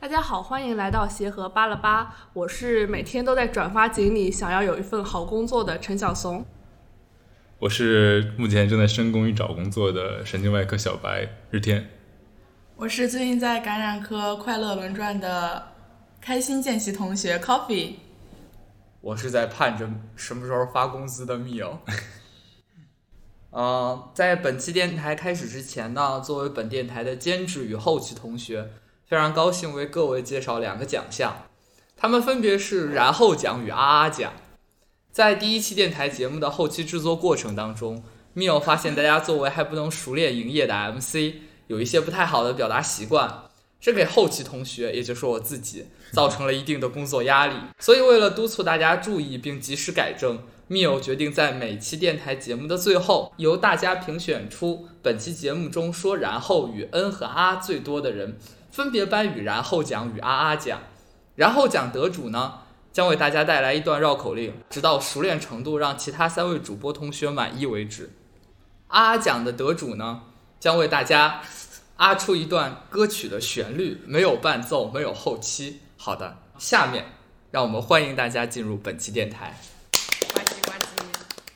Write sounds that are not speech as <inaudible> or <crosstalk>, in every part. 大家好，欢迎来到协和巴拉巴，我是每天都在转发锦鲤，想要有一份好工作的陈小怂。我是目前正在深公寓找工作的神经外科小白日天。我是最近在感染科快乐轮转的开心见习同学 Coffee。我是在盼着什么时候发工资的密友。呃，在本期电台开始之前呢，作为本电台的监制与后期同学，非常高兴为各位介绍两个奖项，他们分别是然后奖与啊啊奖。在第一期电台节目的后期制作过程当中，密友发现大家作为还不能熟练营业的 MC，有一些不太好的表达习惯，这给后期同学，也就是我自己，造成了一定的工作压力。所以，为了督促大家注意并及时改正，密友决定在每期电台节目的最后，由大家评选出本期节目中说“然后”与“嗯”和“啊”最多的人，分别颁予“然后奖”与“啊啊奖”。然后奖得主呢，将为大家带来一段绕口令，直到熟练程度让其他三位主播同学满意为止。啊啊奖的得主呢，将为大家啊出一段歌曲的旋律，没有伴奏，没有后期。好的，下面让我们欢迎大家进入本期电台。呱唧呱唧。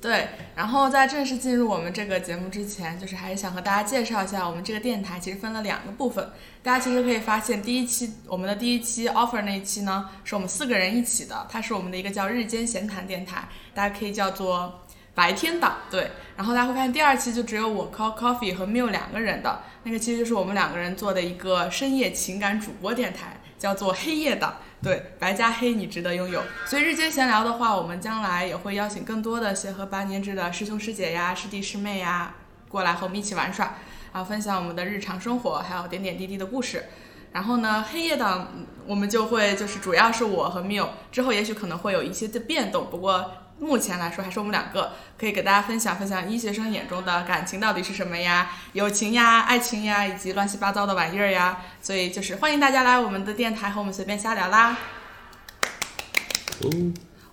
对，然后在正式进入我们这个节目之前，就是还是想和大家介绍一下，我们这个电台其实分了两个部分。大家其实可以发现，第一期我们的第一期 offer 那一期呢，是我们四个人一起的，它是我们的一个叫日间闲谈电台，大家可以叫做白天档。对，然后大家会发现第二期就只有我 call coffee 和 Miu 两个人的，那个其实就是我们两个人做的一个深夜情感主播电台，叫做黑夜档。对，白加黑你值得拥有。所以日间闲聊的话，我们将来也会邀请更多的协和八年制的师兄师姐呀、师弟师妹呀过来和我们一起玩耍，啊，分享我们的日常生活，还有点点滴滴的故事。然后呢，黑夜档嗯我们就会就是主要是我和 Miu，之后也许可能会有一些的变动，不过目前来说还是我们两个可以给大家分享分享医学生眼中的感情到底是什么呀，友情呀、爱情呀，以及乱七八糟的玩意儿呀。所以就是欢迎大家来我们的电台和我们随便瞎聊啦。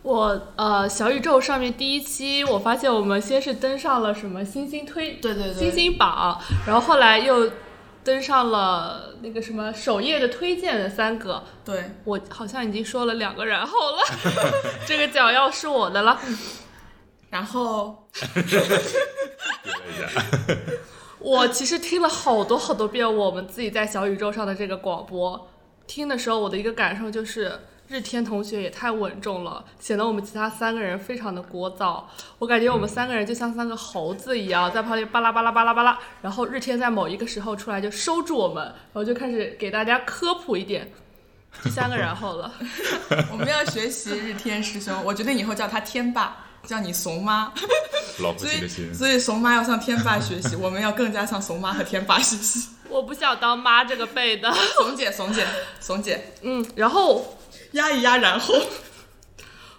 我呃，小宇宙上面第一期，我发现我们先是登上了什么星星推对对对星星榜，然后后来又登上了那个什么首页的推荐的三个，对，我好像已经说了两个然 <laughs> 后了，这个奖要是我的了。然后别了一下，我其实听了好多好多遍我们自己在小宇宙上的这个广播，听的时候我的一个感受就是，日天同学也太稳重了，显得我们其他三个人非常的聒噪。我感觉我们三个人就像三个猴子一样，在旁边巴拉巴拉巴拉巴拉，然后日天在某一个时候出来就收住我们，然后就开始给大家科普一点。第三个然后了，我们要学习日天师兄，我决定以后叫他天霸，叫你怂妈。老婆所心以的心，所以怂妈要向天霸学习，我们要更加向怂妈和天霸学习。我不想当妈这个辈的。怂姐，怂姐，怂姐，嗯，然后 <laughs> <laughs> 压一压，然后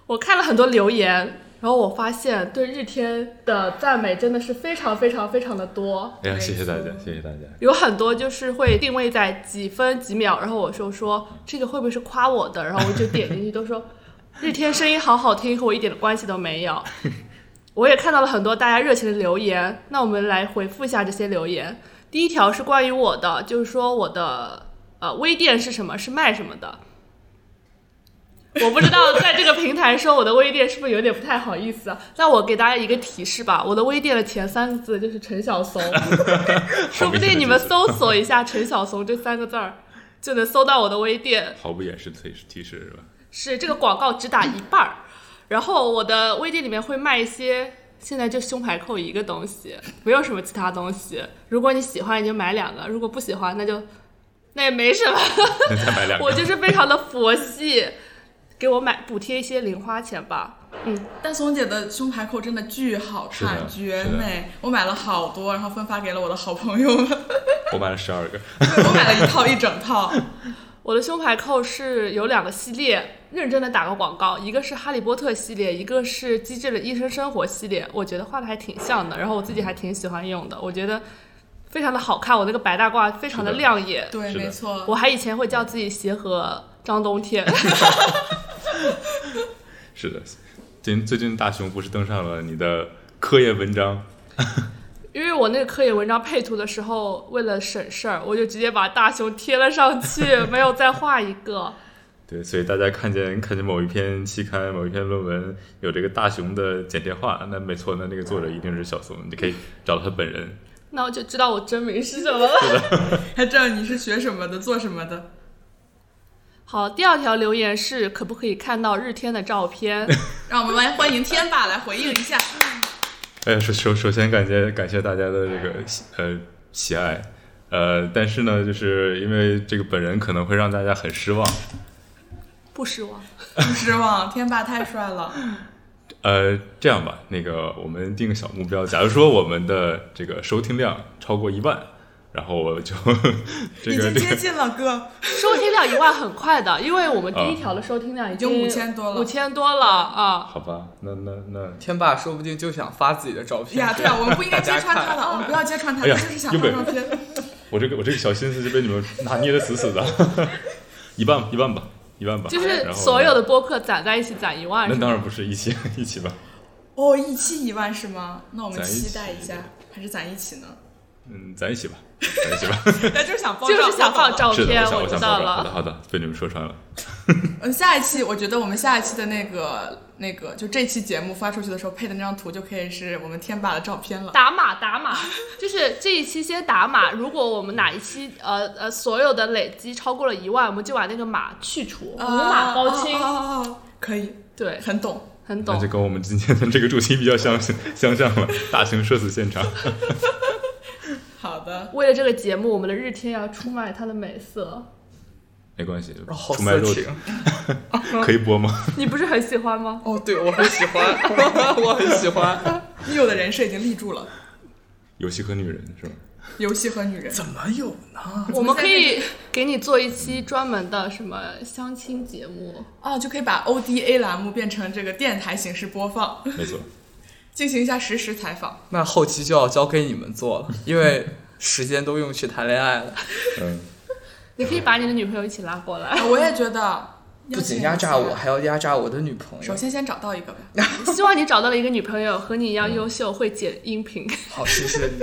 我看了很多留言，然后我发现对日天的赞美真的是非常非常非常的多，哎呀，谢谢大家，谢谢大家。有很多就是会定位在几分几秒，然后我就说这个会不会是夸我的，然后我就点进去都说 <laughs> 日天声音好好听，和我一点关系都没有。 <laughs> 我也看到了很多大家热情的留言，那我们来回复一下这些留言。第一条是关于我的，就是说我的呃微店是什么，是卖什么的。我不知道在这个平台说我的微店是不是有点不太好意思啊？那我给大家一个提示吧，我的微店的前三个字就是陈小怂，说不定你们搜索一下“陈小怂”这三个字儿，就能搜到我的微店。毫不掩饰的提示提示是吧？是这个广告只打一半儿，然后我的微店里面会卖一些，现在就胸牌扣一个东西，没有什么其他东西。如果你喜欢，你就买两个；如果不喜欢，那就那也没什么。 <laughs> 再买两个。我就是非常的佛系，给我买补贴一些零花钱吧。但怂姐的胸牌扣真的巨好是的看，绝是的美，我买了好多，然后分发给了我的好朋友们，我买了十二个，对我买了一套一整套，我的胸牌扣是有两个系列，认真的打个广告，一个是《哈利波特》系列，一个是《机智的医生生活》系列，我觉得画的还挺像的，然后我自己还挺喜欢用的，我觉得非常的好看，我那个白大褂非常的是的亮眼，对，是的没错，我还以前会叫自己协和张冬天， <laughs> 是的。最近最近大熊不是登上了你的科研文章因为我那个科研文章配图的时候，为了省事儿，我就直接把大熊贴了上去，没有再画一个。对，所以大家看见看见某一篇期刊、某一篇论文有这个大熊的剪贴画，那没错，那那个作者一定是小松，你可以找到他本人。那我就知道我真名是什么了。 <laughs> 他知道哎你是学什么的，做什么的。好，第二条留言是可不可以看到日天的照片？ <laughs> 让我们来欢迎天霸来回应一 <laughs> 下。哎，首首首先感谢感谢大家的这个呃喜爱，呃，但是呢，就是因为这个本人可能会让大家很失望，不失望。不失望，天霸太帅了。呃，这样吧，那个我们定个小目标，假如说我们的这个收听量超过一万，然后我就这已个经这接个近了哥， <laughs> 收听量一万很快的，因为我们啊第一条的收听量已经已经5000多了五千多了啊！好吧，那那那，天霸说不定就想发自己的照片。呀，对啊，我们不应该揭穿大家他的，我们不要揭穿他，哎呀就是想又放被照片。我这个我这个小心思就被你们拿捏的死死的， <laughs> 一万一万吧，一万吧，就是哎然后所有的播客攒在一起攒一万那是吧，当然不是一起一起吧，哦，一期一万是吗？那我们攒一期待期一下，还是攒一起 <laughs> 呢？嗯，咱一起吧，咱一起吧，但就是想放照， <laughs> 就是想放。照是的，片，我想我知想道报告，好的了。好的，被你们说穿了，嗯，下一期我觉得我们下一期的那个那个，就这期节目发出去的时候配的那张图就可以是我们天霸的照片了。打码打码，就是这一期先打码。如果我们哪一期呃呃所有的累积超过了一万，我们就把那个码去除，啊无码高清。哦哦哦哦可以，对，很懂。很那懂就。跟我们今天的这个主题比较相相像 <laughs> 了，大型社死现场。好的，为了这个节目，我们的日天要出卖它的美色， <laughs> 没关系哦，好出卖色肉体情。啊可以播吗？ <laughs> 你不是很喜欢吗？哦，对，我很喜欢， <laughs> 我很喜欢。你有的人设已经立住了，游戏和女人是吧？游戏和女人。怎么有呢？啊我们可以给你做一期专门的什么相亲节目。啊，就可以把 ODA 栏目变成这个电台形式播放，没错，进行一下实时采访。那后期就要交给你们做了，因为时间都用去谈恋爱了。嗯，你可以把你的女朋友一起拉过来，啊我也觉得，不仅压榨我，，还要压榨我的女朋友啊首。先先找到一个吧。 <laughs> 希望你找到了一个女朋友和你一样优秀，会剪音频。好，谢谢你。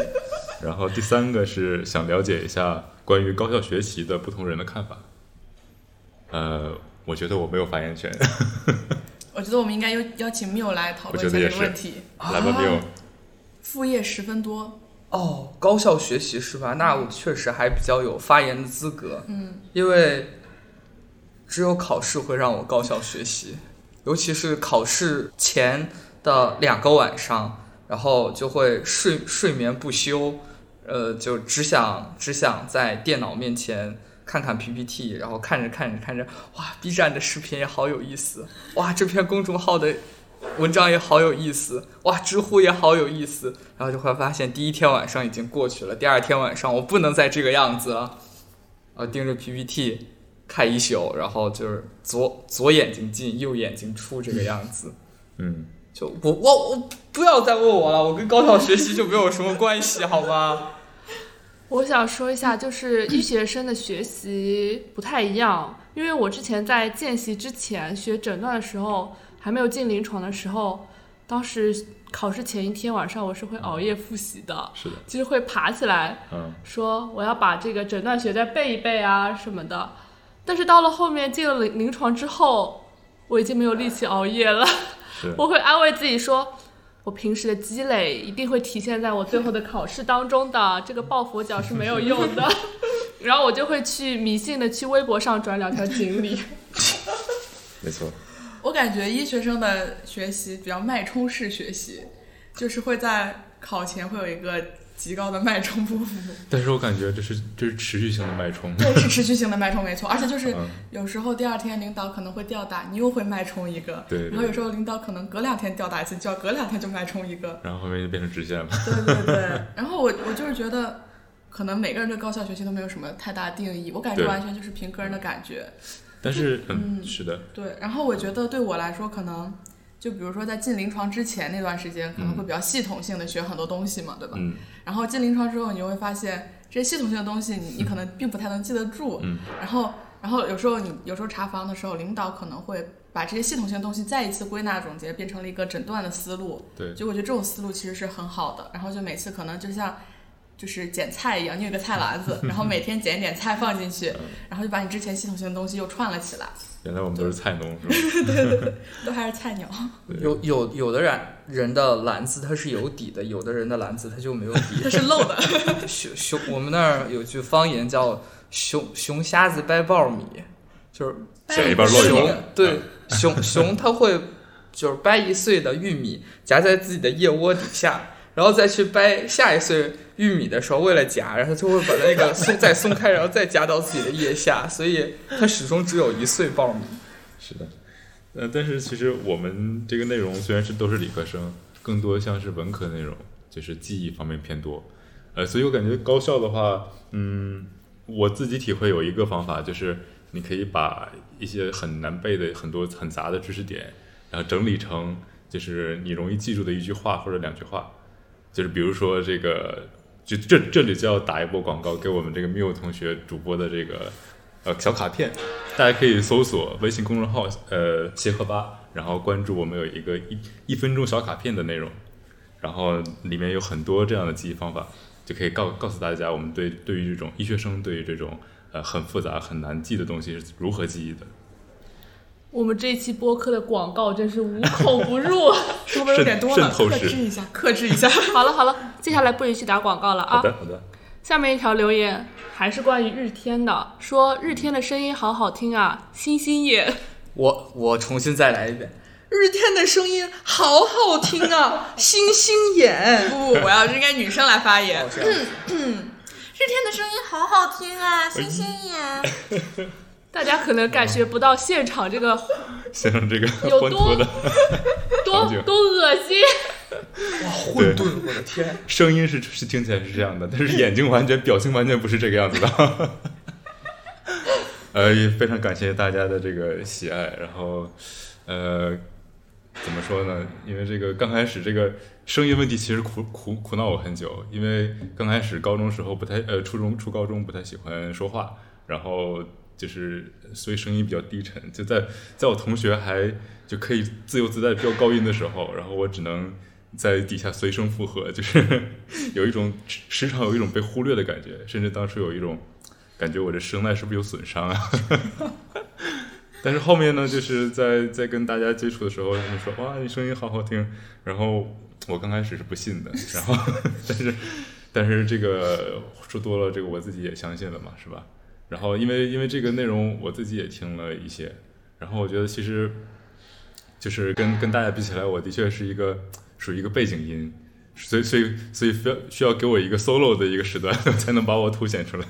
然后第三个是想了解一下关于高效学习的不同人的看法。呃，我觉得我没有发言权， <laughs> 我觉得我们应该邀邀请缪来讨论一我觉得下这也个是问题。来啊吧，缪。副业十分多，哦，高效学习是吧？那我确实还比较有发言的资格。嗯，因为只有考试会让我高效学习，尤其是考试前的两个晚上，然后就会睡睡眠不休，呃，就只想只想在电脑面前。看看 PPT，然后看着看着看着，哇，B 站的视频也好有意思，哇，这篇公众号的文章也好有意思，哇，知乎也好有意思，然后就会发现第一天晚上已经过去了，第二天晚上我不能再这个样子了，呃，盯着 PPT 看一宿，然后就是左左眼睛进，右眼睛出这个样子，嗯，就我我我不要再问我了，我跟高效学习就没有什么关系，好吗？ <laughs> 我想说一下，就是医学生的学习不太一样，因为我之前在见习之前学诊断的时候，还没有进临床的时候，当时考试前一天晚上我是会熬夜复习的，是的，就是会爬起来嗯，说我要把这个诊断学再背一背啊什么的。但是到了后面进了临临床之后，我已经没有力气熬夜了，是。 <laughs> 我会安慰自己说。我平时的积累一定会体现在我最后的考试当中的，这个抱佛脚是没有用的。然后我就会去迷信的去微博上转两条锦鲤，没错，我感觉医学生的学习比较脉冲式学习，就是会在考前会有一个极高的脉冲波 <laughs> 幅，但是我感觉这是这是持续性的脉冲，对，是持续性的脉冲，没错。而且就是嗯有时候第二天领导可能会吊打，你又会脉冲一个，对对然后有时候领导可能隔两天吊打一次，就要隔两天就脉冲一个，然后后面就变成直线了。对对对， <laughs> 然后我我就是觉得，可能每个人对高效学习都没有什么太大定义，我感觉对完全就是凭个人的感觉。但是，嗯，是的，对，然后我觉得对我来说，可能就比如说在进临床之前那段时间，可能会比较系统性的学很多东西嘛，对吧？嗯，然后进临床之后，你就会发现这些系统性的东西你，你可能并不太能记得住。嗯然后然后有时候你有时候查房的时候，领导可能会把这些系统性的东西再一次归纳总结，变成了一个诊断的思路。对就我觉得这种思路其实是很好的。然后就每次可能就像就是捡菜一样，你有一个菜篮子，然后每天捡一点菜放进嗯去，然后就把你之前系统性的东西又串了起来，原来我们都是菜农是吧？都还是菜鸟。有有有的人人的篮子它是有底的，有的人的篮子它就没有底。这是漏的，熊熊，我们那儿有句方言叫“熊熊瞎子掰苞米”，就是这里边落一熊半，啊对熊熊它会就是掰一穗的玉米夹在自己的腋窝底下，然后再去掰下一穗玉米的时候，为了夹，然后它就会把那个松再松开，然后再夹到自己的腋下，所以它始终只有一穗苞米。是的，呃，但是其实我们这个内容虽然是都是理科生，更多像是文科内容，就是记忆方面偏多。呃，所以我感觉高校的话，嗯，我自己体会有一个方法，就是你可以把一些很难背的、很多很杂的知识点，然后整理成就是你容易记住的一句话或者两句话，就是比如说这个，就这这里就要打一波广告，给我们这个缪同学主播的这个呃小卡片，大家可以搜索微信公众号呃协和吧，然后关注我们有一个一一分钟小卡片的内容，然后里面有很多这样的记忆方法，就可以告告诉大家我们对对于这种医学生对于这种呃很复杂很难记的东西是如何记忆的。我们这一期播客的广告真是无孔不入。说的有点多了，渗渗透克式制一下，克制一下。 <laughs> 好了好了，接下来不允许打广告了啊好！的好的，下面一条留言还是关于日天的，说日天的声音好好听啊，星星也。我我重新再来一遍，日天的声音好好听 <laughs> 啊，星星眼。不，我要是应该女生来发言嗯哦。这样日天的声音好好听啊，哎星星眼。 <laughs> 大家可能感觉不到现场这个先生这个有欢多脱的多场景多恶心，混沌，我的天！声音是是听起来是这样的，但是眼睛完全表情完全不是这个样子的。 <laughs> 呃，也非常感谢大家的这个喜爱，然后呃，怎么说呢？因为这个刚开始这个声音问题其实苦苦苦恼我很久，因为刚开始高中时候不太呃初中初高中不太喜欢说话，然后就是所以声音比较低沉，就在在我同学还就可以自由自在飙高音的时候，然后我只能在底下随声附和，就是 <laughs> 有一种时常有一种被忽略的感觉，甚至当时有一种感觉我这声带是不是有损伤啊？但是后面呢，就是在在跟大家接触的时候，他们说哇，你声音好好听。然后我刚开始是不信的，然后但是但是这个说多了，这个我自己也相信了嘛，是吧？然后因为因为这个内容我自己也听了一些，然后我觉得其实就是跟跟大家比起来，我的确是一个属于一个背景音，所以所以所以需要需要给我一个 solo 的一个时段， <laughs> 才能把我凸显出来。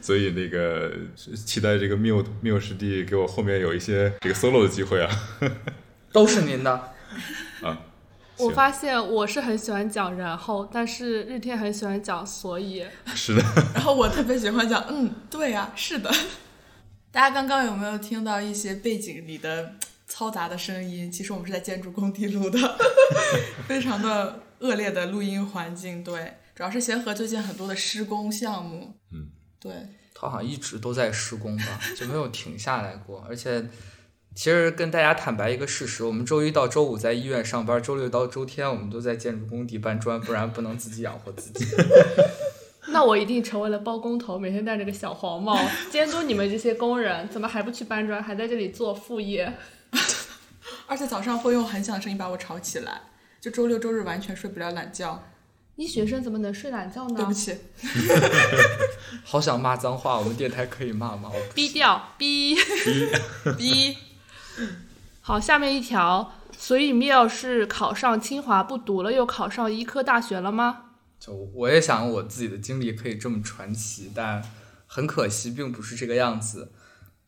所以那个期待这个缪缪师弟给我后面有一些这个 solo 的机会啊。 <laughs> 都是您的，我行发现我是很喜欢讲然后，但是日天很喜欢讲所以。是的，然后我特别喜欢讲，嗯，对呀、是的。 <laughs> 大家刚刚有没有听到一些背景里的嘈杂的声音？其实我们是在建筑工地录的， <laughs> 非常的恶劣的录音环境。对，主要是协和最近很多的施工项目，嗯，对，他好像一直都在施工吧，就没有停下来过。而且，其实跟大家坦白一个事实，我们周一到周五在医院上班，周六到周天我们都在建筑工地搬砖，不然不能自己养活自己。 <laughs> 那我一定成为了包工头，每天戴着个小黄 <laughs> 帽，监督你们这些工人，怎么还不去搬砖，还在这里做副业？而且早上会用很响的声音把我吵起来，就周六周日完全睡不了懒觉。医学生怎么能睡懒觉对呢不？ <laughs> 起，好想骂脏话，我们电台可以骂吗？我逼掉逼。逼， <laughs> 好，下面一条，所以缪是考上清华不读了，又考上医科大学了吗？就我也想我自己的经历可以这么传奇，但很可惜并不是这个样子。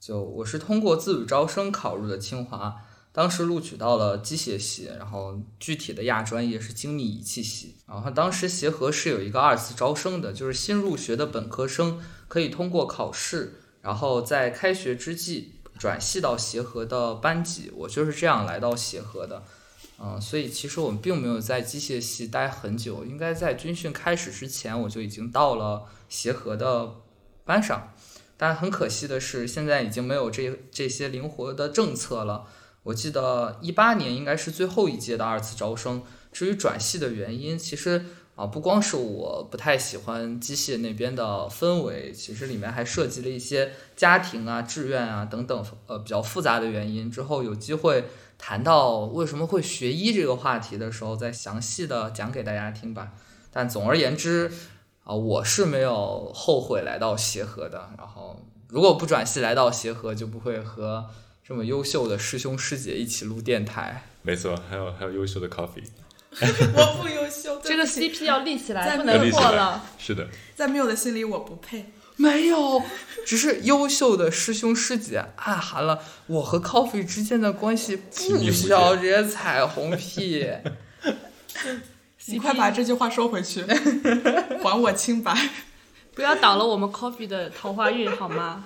就我是通过自主招生考入的清华，当时录取到了机械系，然后具体的亚专业是精密仪器系。然后当时协和是有一个二次招生的，就是新入学的本科生可以通过考试，然后在开学之际转系到协和的班级。我就是这样来到协和的。嗯，所以其实我们并没有在机械系待很久，应该在军训开始之前我就已经到了协和的班上。但很可惜的是，现在已经没有这这些灵活的政策了。我记得一八年应该是最后一届的二次招生。至于转系的原因，其实啊，不光是我不太喜欢机械那边的氛围，其实里面还涉及了一些家庭啊、志愿啊等等呃比较复杂的原因。之后有机会谈到为什么会学医这个话题的时候，再详细的讲给大家听吧。但总而言之，啊，我是没有后悔来到协和的。然后，如果不转系来到协和，就不会和这么优秀的师兄师姐一起录电台。没错，还有还有优秀的 coffee，我不优秀，这对个不起 CP 要立起来，再不没有要能立起破来了。。是的，在缪的心里我不配。没有，只是优秀的师兄师姐暗含了我和 Coffee 之间的关系不需要这些彩虹屁。你快把这句话收回去， <laughs> 还我清白。不要挡了我们 Coffee 的桃花运好吗？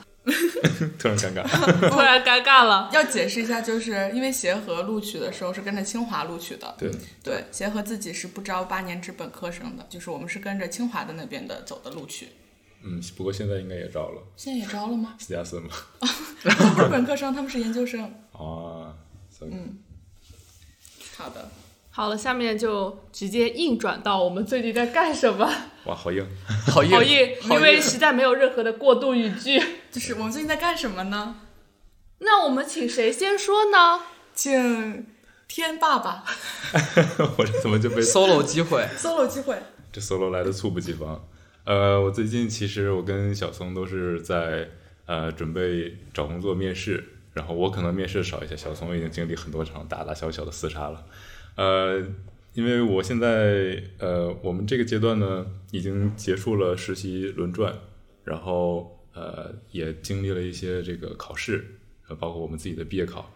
突然尴尬。 <laughs> 突然尴尬了。要解释一下，就是因为协和录取的时候是跟着清华录取的，对，对，协和自己是不招八年制本科生的，就是我们是跟着清华的那边的走的录取。嗯，不过现在应该也招了？现在也招了吗斯嘉森吧？他们不是本科生，他们是研究生。啊，嗯，好的，好了，下面就直接硬转到我们最近在干什么。哇，好硬。 <laughs> 好硬，好硬，好因为实在没有任何的过渡语句。 <laughs> 就是我们最近在干什么呢？那我们请谁先说呢？请天爸爸 <laughs> 我这怎么就被 solo 机会。 solo 机会。这 solo 来的猝不及防。呃，我最近其实我跟小松都是在呃准备找工作面试，然后我可能面试少一些，小松已经经历很多场大大小小的厮杀了。呃，因为我现在呃我们这个阶段呢已经结束了实习轮转，然后呃也经历了一些这个考试，呃包括我们自己的毕业考。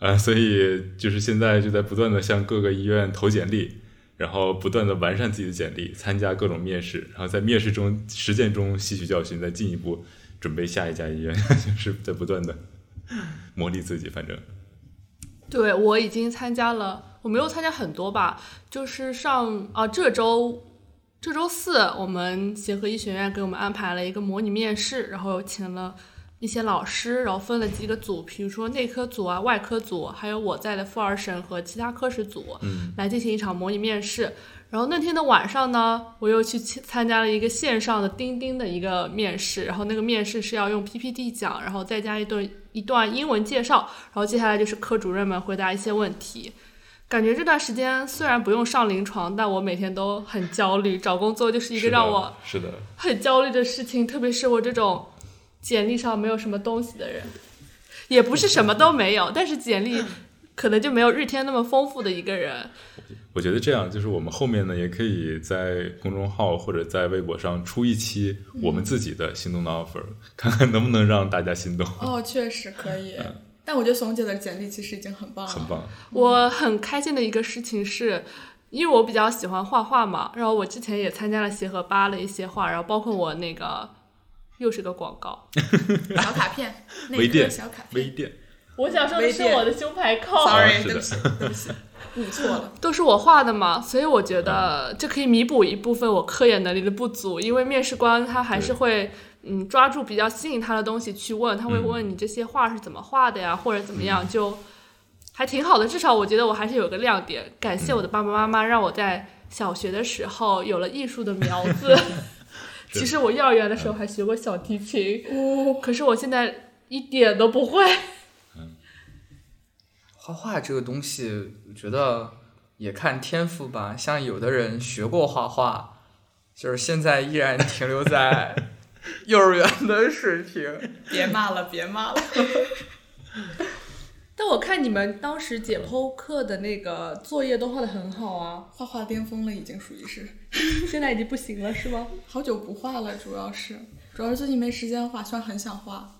呃，所以就是现在就在不断的向各个医院投简历，然后不断的完善自己的简历，参加各种面试，然后在面试中、实践中吸取教训，再进一步准备下一家医院， <laughs> 就是在不断的磨砺自己。反正对我已经参加了，我没有参加很多吧，就是上啊这周。这周四，我们协和医学院给我们安排了一个模拟面试，然后请了一些老师，然后分了几个组，比如说内科组啊、外科组，还有我在的副二审和其他科室组，嗯来进行一场模拟面试。然后那天的晚上呢，我又去参参加了一个线上的钉钉的一个面试，然后那个面试是要用 PPT 讲，然后再加一段一段英文介绍，然后接下来就是科主任们回答一些问题。感觉这段时间虽然不用上临床，但我每天都很焦虑，找工作就是一个是的让我是的，很焦虑的事情，特别是我这种简历上没有什么东西的人，也不是什么都没有，但是简历可能就没有日天那么丰富的一个人。我觉得这样就是我们后面呢，也可以在公众号或者在微博上出一期我们自己的心动的 offer，、看看能不能让大家心动。哦，确实可以。但我觉得怂姐的简历其实已经很棒了，嗯很棒，我很开心的一个事情是，因为我比较喜欢画画嘛，然后我之前也参加了协和吧了一些画，然后包括我那个又是个广告，小卡 <laughs> 片，那微个店小卡，微片。店，我想说的是微店我的胸牌扣。 <laughs> Sorry，啊是对的不起，对不起，你错 <laughs> 了。都是我画的嘛，所以我觉得这可以弥补一部分我科研能力的不足，因为面试官他还是会嗯抓住比较吸引他的东西去问，他会嗯问你这些画是怎么画的呀，或者怎么样，就还挺好的。至少我觉得我还是有个亮点，感谢我的爸爸妈妈让我在小学的时候有了艺术的苗子。其实我幼儿园的时候还学过小提琴，可是我现在一点都不会。画画这个东西，我觉得也看天赋吧。像有的人学过画画，就是现在依然停留在幼儿园的水平。 <laughs> 别骂了，别骂了。但我看你们当时解剖课的那个作业都画的很好啊。画画巅峰了，已经属于是现在已经不行了，是吗？好久不画了，主要是主要是最近没时间画，虽然很想画。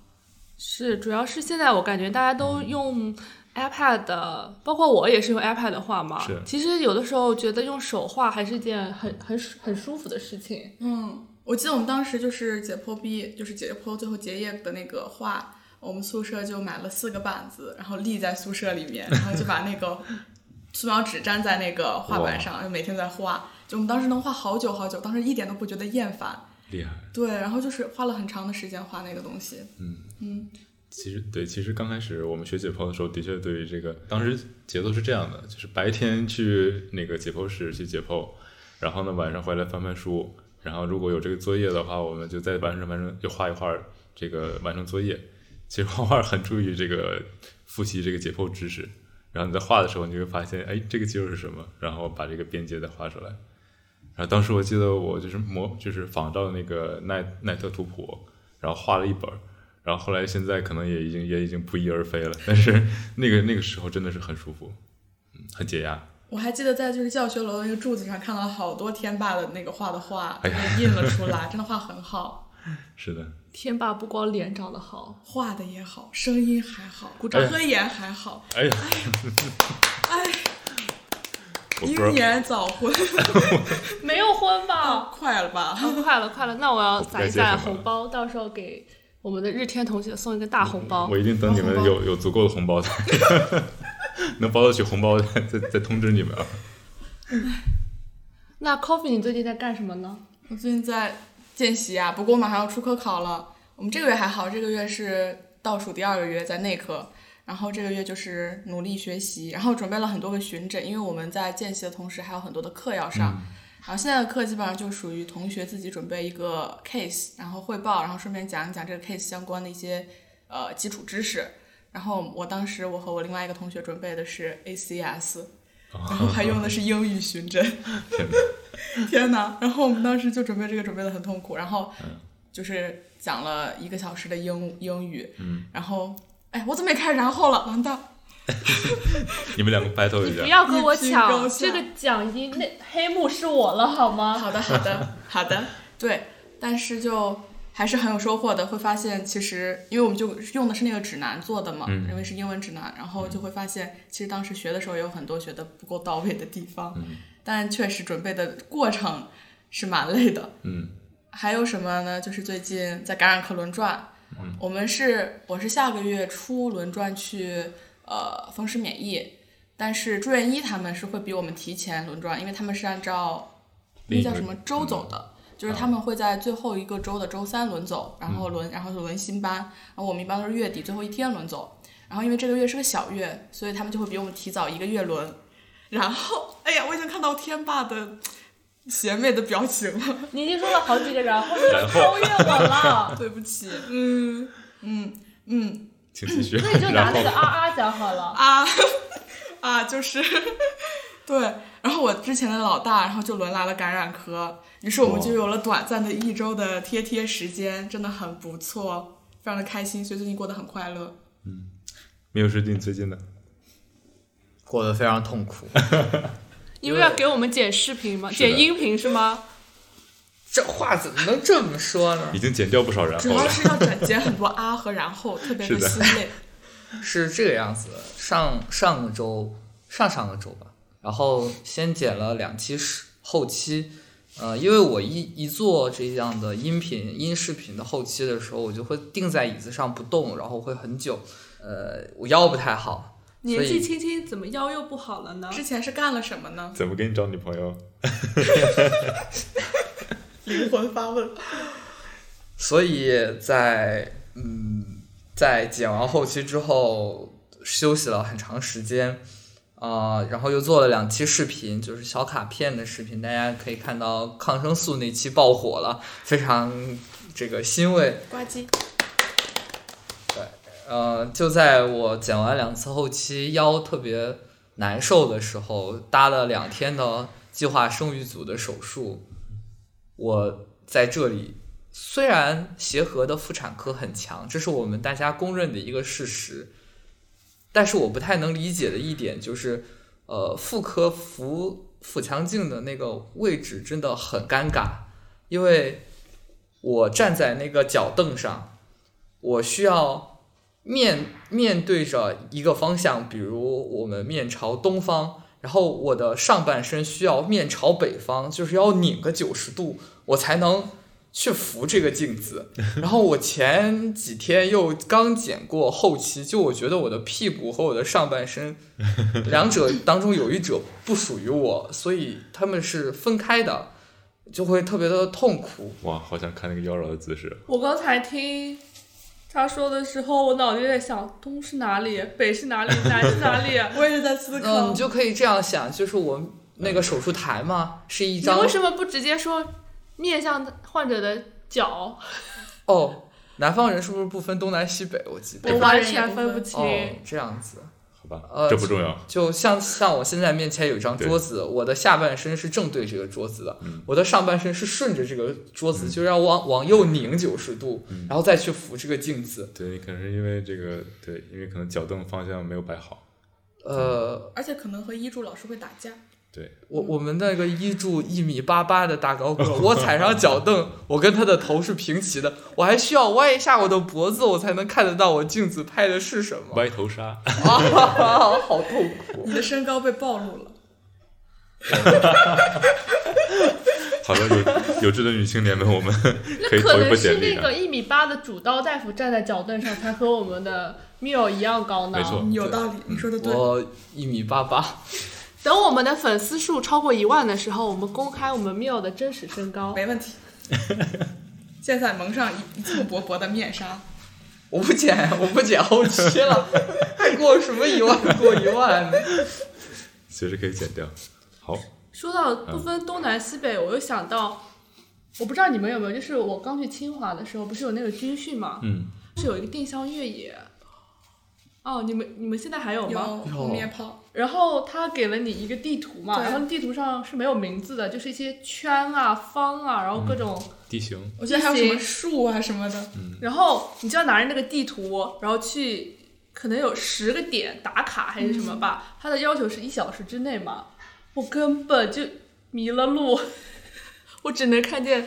是，主要是现在我感觉大家嗯都用 iPad，的包括我也是用 iPad 画嘛是。其实有的时候觉得用手画还是件很很舒很舒服的事情。嗯，我记得我们当时就是解剖毕业，就是解剖最后结业的那个画，我们宿舍就买了四个板子，然后立在宿舍里面，然后就把那个素描纸粘在那个画板上，就每天在画。就我们当时能画好久好久，当时一点都不觉得厌烦。厉害。对，然后就是花了很长的时间画那个东西。嗯嗯，其实对，其实刚开始我们学解剖的时候，的确对于这个，当时节奏是这样的，就是白天去那个解剖室去解剖，然后呢晚上回来翻翻书，然后如果有这个作业的话，我们就再完成完成，就画一画这个完成作业。其实画画很注意这个复习这个解剖知识，然后你在画的时候，你就会发现，哎，这个肌肉是什么，然后把这个边界再画出来。然后当时我记得我就是模就是仿照那个奈奈特图谱，然后画了一本儿，然后后来现在可能也已经也已经不翼而飞了，但是那个那个时候真的是很舒服，嗯，很解压。我还记得在就是教学楼的那个柱子上看到好多天霸的那个画的画，哎被印了出来，真的画很好，是的，天霸不光脸长得好，画的也好，声音还好，鼓掌歌言还好，哎呀，哎， <laughs> 我不英知道，年早婚，没有婚吧？ <laughs> 快了吧？啊，快了快了，那我要我不攒该一接攒什么嗯红包，到时候给我们的日天同学送一个大红包我。一定等你们有有足够的红包的，能包得起红包的再再通知你们啊。那 Coffee，你最近在干什么呢？我最近在见习啊，不过马上要出科考了。我们这个月还好，这个月是倒数第二个月在内科，然后这个月就是努力学习，然后准备了很多个巡诊，因为我们在见习的同时还有很多的课要上。然后现在的课基本上就属于同学自己准备一个 case，然后汇报，然后顺便讲一讲这个 case 相关的一些呃基础知识。然后我当时我和我另外一个同学准备的是 ACS，然后还用的是英语巡诊。天哪，天哪！然后我们当时就准备这个，准备的很痛苦，然后就是讲了一个小时的英英语，嗯然后哎，我怎么也开始然后了？完蛋！你们两个 battle 你一不下，要跟我一直抢高下这个奖一，那黑幕是我了好吗？好的，好的，好的，对，但是就还是很有收获的，会发现其实因为我们就用的是那个指南做的嘛，嗯因为是英文指南，然后就会发现其实当时学的时候也有很多学的不够到位的地方，嗯但确实准备的过程是蛮累的，嗯， <laughs> 还有什么呢？就是最近在感染科轮转，嗯我们是我是下个月初轮转去呃风湿免疫，但是住院医他们是会比我们提前轮转，因为他们是按照那另一叫个嗯什么周走的，就是他们会在最后一个周的周三轮走，然后轮然后轮新班，然后我们一般都是月底最后一天轮走，然后因为这个月是个小月，所以他们就会比我们提早一个月轮，然后哎呀，我已经看到天霸的邪魅的表情了。你已经说了好几个人，后然面后超越我了， <laughs> 对不起，嗯嗯嗯请继续。那你就拿 <laughs> 然那个后啊啊讲好了。啊 <laughs> 啊，就是对。然后我之前的老大，然后就轮来了感染科，于是我们就有了短暂的一周的贴贴时间，真的很不错，非常的开心，所以最近过得很快乐。没有设定最近的，过得非常痛苦。你们要给我们剪视频吗？的剪音频是吗？这话怎么能这么说呢已？经减掉不少然主后要了。是要整结很多啊和然后，特别的哦是的心累。是这个样子的，上上个周，上上个周吧，然后先剪了两期视后期，呃，因为我一一做这样的音频、音视频的后期的时候，我就会定在椅子上不动，然后会很久，呃，我腰不太好，所年纪以轻轻怎么腰又不好了呢？之前是干了什么呢？怎么给你找女朋友？灵魂发 <laughs> 问。所以在嗯，在剪完后期之后休息了很长时间，啊、然后又做了两期视频，就是小卡片的视频，大家可以看到抗生素那期爆火了，非常这个欣慰。呱唧，呃，就在我剪完两次后期腰特别难受的时候，搭了两天的计划生育组的手术。我在这里，虽然协和的妇产科很强，这是我们大家公认的一个事实，但是我不太能理解的一点就是，呃，妇科扶腹腔镜的那个位置真的很尴尬，因为我站在那个脚凳上，我需要。面面对着一个方向，比如我们面朝东方，然后我的上半身需要面朝北方，就是要拧个九十度，我才能去扶这个镜子。然后我前几天又刚剪过后期，就我觉得我的屁股和我的上半身两者当中有一者不属于我，所以他们是分开的。就会特别的痛苦。哇，好想看那个妖娆的姿势。我刚才听他说的时候，我脑子里在想东是哪里，北是哪里，南是哪里？啊我也是在思考。嗯，你就可以这样想，就是我那个手术台嘛，是一你张为什么不直接说面向患者的脚？哦，南方人是不是不分东南西北？我记得我华完人也全不分分不清。哦，这样子。好吧，呃这不重要。就像像我现在面前有一张桌子，我的下半身是正对这个桌子的，我的上半身是顺着这个桌子，就让往往右拧九十度，然后再去扶这个镜子。对，可能是因为这个，对，因为可能脚蹬方向没有摆好。呃，而且可能和医助老师会打架。对，我我们那个医助一米八八的大 <laughs> 高个，我踩上脚凳，我跟他的头是平齐的，我还需要歪一下我的脖子，我才能看得到我镜子拍的是什么。 <laughs> 歪头杀，啊，好痛苦！你的身高被暴露了， <laughs> 好的，有有志的女青年们，我们 <laughs> 可以可投一能波是简历那啊个。一米八的主刀大夫站在脚凳上，才和我们的 Mio 一样高呢。没错有道理，你说的对。我一米八八，等我们的粉丝数超过一万的时候，我们公开我们 Mio 的真实身高。没问题。现在蒙上一一层薄薄的面纱，我不剪，我不剪后期了，还过什么一万过一万呢？随时可以剪掉。好，说到不分东南西北，我又想到，我不知道你们有没有，就是我刚去清华的时候，不是有那个军训嘛，嗯，是有一个定向越野。哦，你们你们现在还有吗？有红面泡，然后他给了你一个地图嘛，对然后地图上是没有名字的，就是一些圈啊、方啊，然后各种。地形，我觉得还有什么树啊什么的，然后你就要拿着那个地图，然后去可能有十个点打卡还是什么嗯吧。他的要求是一小时之内嘛，我根本就迷了路，我只能看见。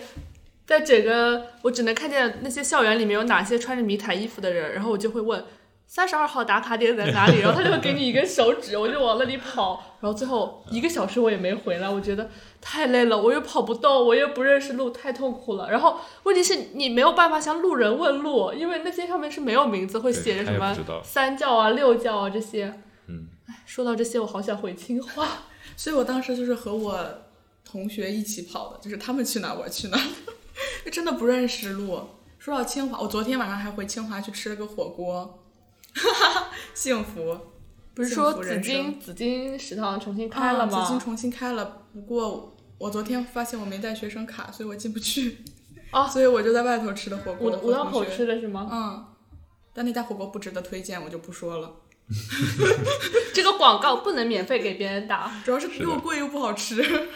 在整个，我只能看见那些校园里面有哪些穿着迷彩衣服的人，然后我就会问三十二号打卡点在哪里，然后他就会给你一根手指，我就往那里跑，然后最后一个小时我也没回来，我觉得太累了，我又跑不动，我又不认识路，太痛苦了。然后问题是你没有办法向路人问路，因为那些上面是没有名字，会写着对什他也么不知道三教啊、六教啊这些。嗯，说到这些，我好想回清华。所以我当时就是和我同学一起跑的，就是他们去哪儿我去哪儿， <laughs> 就真的不认识路。说到清华，我昨天晚上还回清华去吃了个火锅， <laughs> 哈哈，幸福。不是幸说福紫人生金紫金食堂重新开了吗？啊紫金重新开了，不过我昨天发现我没带学生卡，所以我进不去。啊 <laughs> 所以我就在外头吃的火五锅。五道口和同学吃的是吗？嗯，但那家火锅不值得推荐，我就不说了。 <laughs> 这个广告不能免费给别人打。主要是的又贵又不好吃。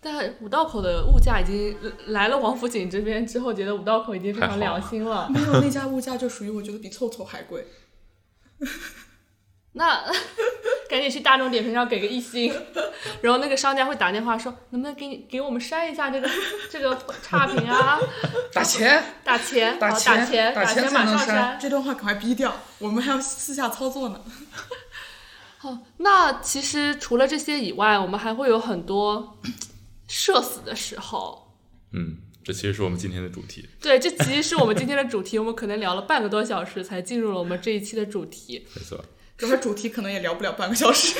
但五道口的物价已经来了王府井这边之后，觉得五道口已经非常良心了。 <laughs> 没有哎那家物价就属于我觉得比凑凑还贵。那 <laughs> 赶紧去大众点评上给个一星，然后那个商家会打电话说，能不能给你给我们删一下这个这个差评啊？打钱。打钱，打好钱打钱，打钱钱，才马能上删删。这段话赶快逼掉，我们还要私下操作呢。好，那其实除了这些以外，我们还会有很多 <clears throat> 社死的时候。嗯，这其实是我们今天的主题。对，这其实是我们今天的主题，我们可能聊了半个多小时才进入了我们这一期的主题。没错，主要是主题可能也聊不了半个小时。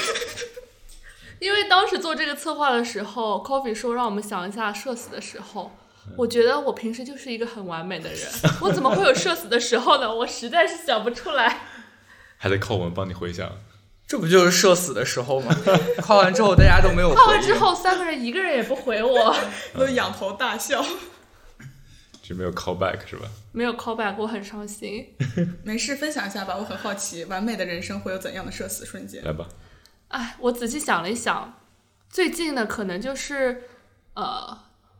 <laughs> 因为当时做这个策划的时候，Coffee 说让我们想一下社死的时候。我觉得我平时就是一个很完美的人，我怎么会有社死的时候呢？我实在是想不出来。还得靠我们帮你回想。这不就是社死的时候吗？夸完之后大家都没有回应看完之，后，三个人一个人也不回我， <laughs> 都仰头大笑。这没有 callback 是吧？没有 callback，我很伤心。没事，分享一下吧，我很好奇，完美的人生会有怎样的社死瞬间？来吧，哎，我仔细想了一想，最近呢，可能就是呃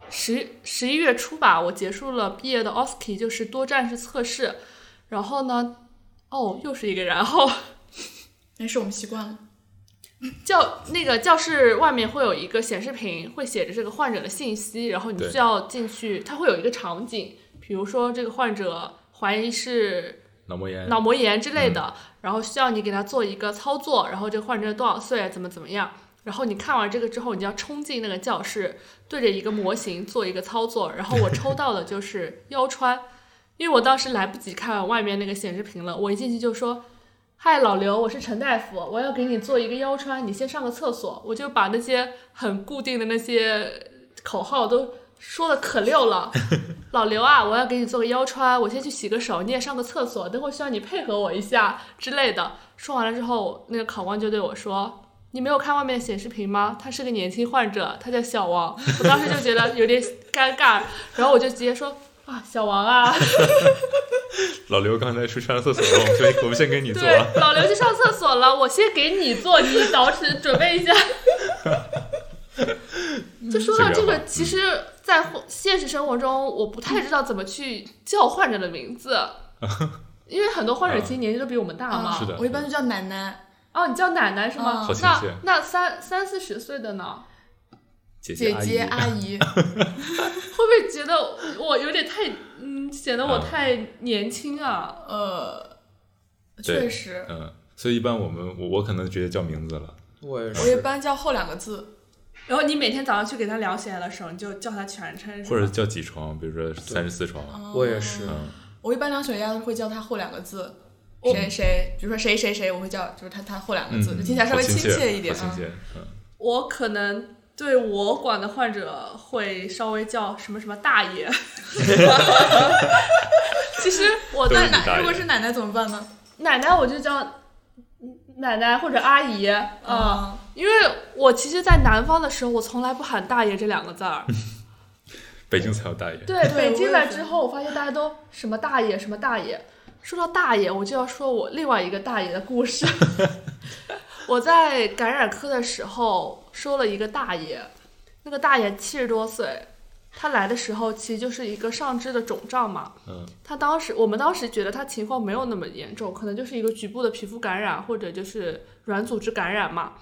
十十一月初吧，我结束了毕业的 OSKI，就是 E，多站式测试。然后呢，哦，又是一个然后，没事，我们习惯了。教那个教室外面会有一个显示屏，会写着这个患者的信息，然后你对需要进去，它会有一个场景，比如说这个患者怀疑是脑膜炎。脑膜炎之类的，然后需要你给他做一个操作，然后这个患者多少岁，怎么怎么样。然后你看完这个之后，你就要冲进那个教室，对着一个模型做一个操作。然后我抽到的就是腰穿，因为我当时来不及看外面那个显示屏了，我一进去就说：“嗨，老刘，我是陈大夫，我要给你做一个腰穿，你先上个厕所。”我就把那些很固定的那些口号都说的可溜了，老刘啊，我要给你做个腰穿，我先去洗个手，你也上个厕所，等会儿需要你配合我一下之类的。说完了之后，那个考官就对我说：“你没有看外面的显示屏吗？他是个年轻患者，他叫小王。”我当时就觉得有点尴尬，然后我就直接说：“啊，小王啊。”老刘刚才去上厕所了，我们先我们先给你做啊。对，老刘去上厕所了，我先给你做，你捯饬准备 <laughs> 一下。就说到这这个个好，其实，在现实生活中，我不太知道怎么去叫患者的名 <laughs> 字，因为很多患者其实年纪都比我们大嘛。嗯啊是的我一般就叫奶奶、哦，你叫奶奶是吗？嗯好亲那切那三三四十岁的呢，姐姐姐、阿姨阿 <laughs> 姨。会不会觉得我有点太嗯，显得我嗯太年轻啊？呃，对确实，嗯，所以一般我们我我可能直接叫名字了。我也我一是，般叫后两个字。然后你每天早上去给他量血压的时候，你就叫他全称，是或吗者叫几床，比如说三十四床，哦我也是。嗯，我一般量血压会叫他后两个字，我谁谁，比如说谁谁谁，我会叫就是他他后两个哦嗯，字，就听起来稍好微亲亲切一点好亲啊。切，嗯，我可能对我管的患者会稍微叫什么什么大爷。其实我对对那都是大奶爷如果是奶奶怎么办呢？奶奶我就叫奶奶或者阿姨啊、呃啊，因为我其实，在南方的时候，我从来不喊大爷这两个字儿。北京才有大爷，对，对北我京也来是之后，我发现大家都什么大爷什么大爷。说到大爷，我就要说我另外一个大爷的故事。我在感染科的时候收了一个大爷，那个大爷七十多岁，他来的时候其实就是一个上肢的肿胀嘛。嗯，他当时我们当时觉得他情况没有那么严重，可能就是一个局部的皮肤感染或者就是软组织感染嘛。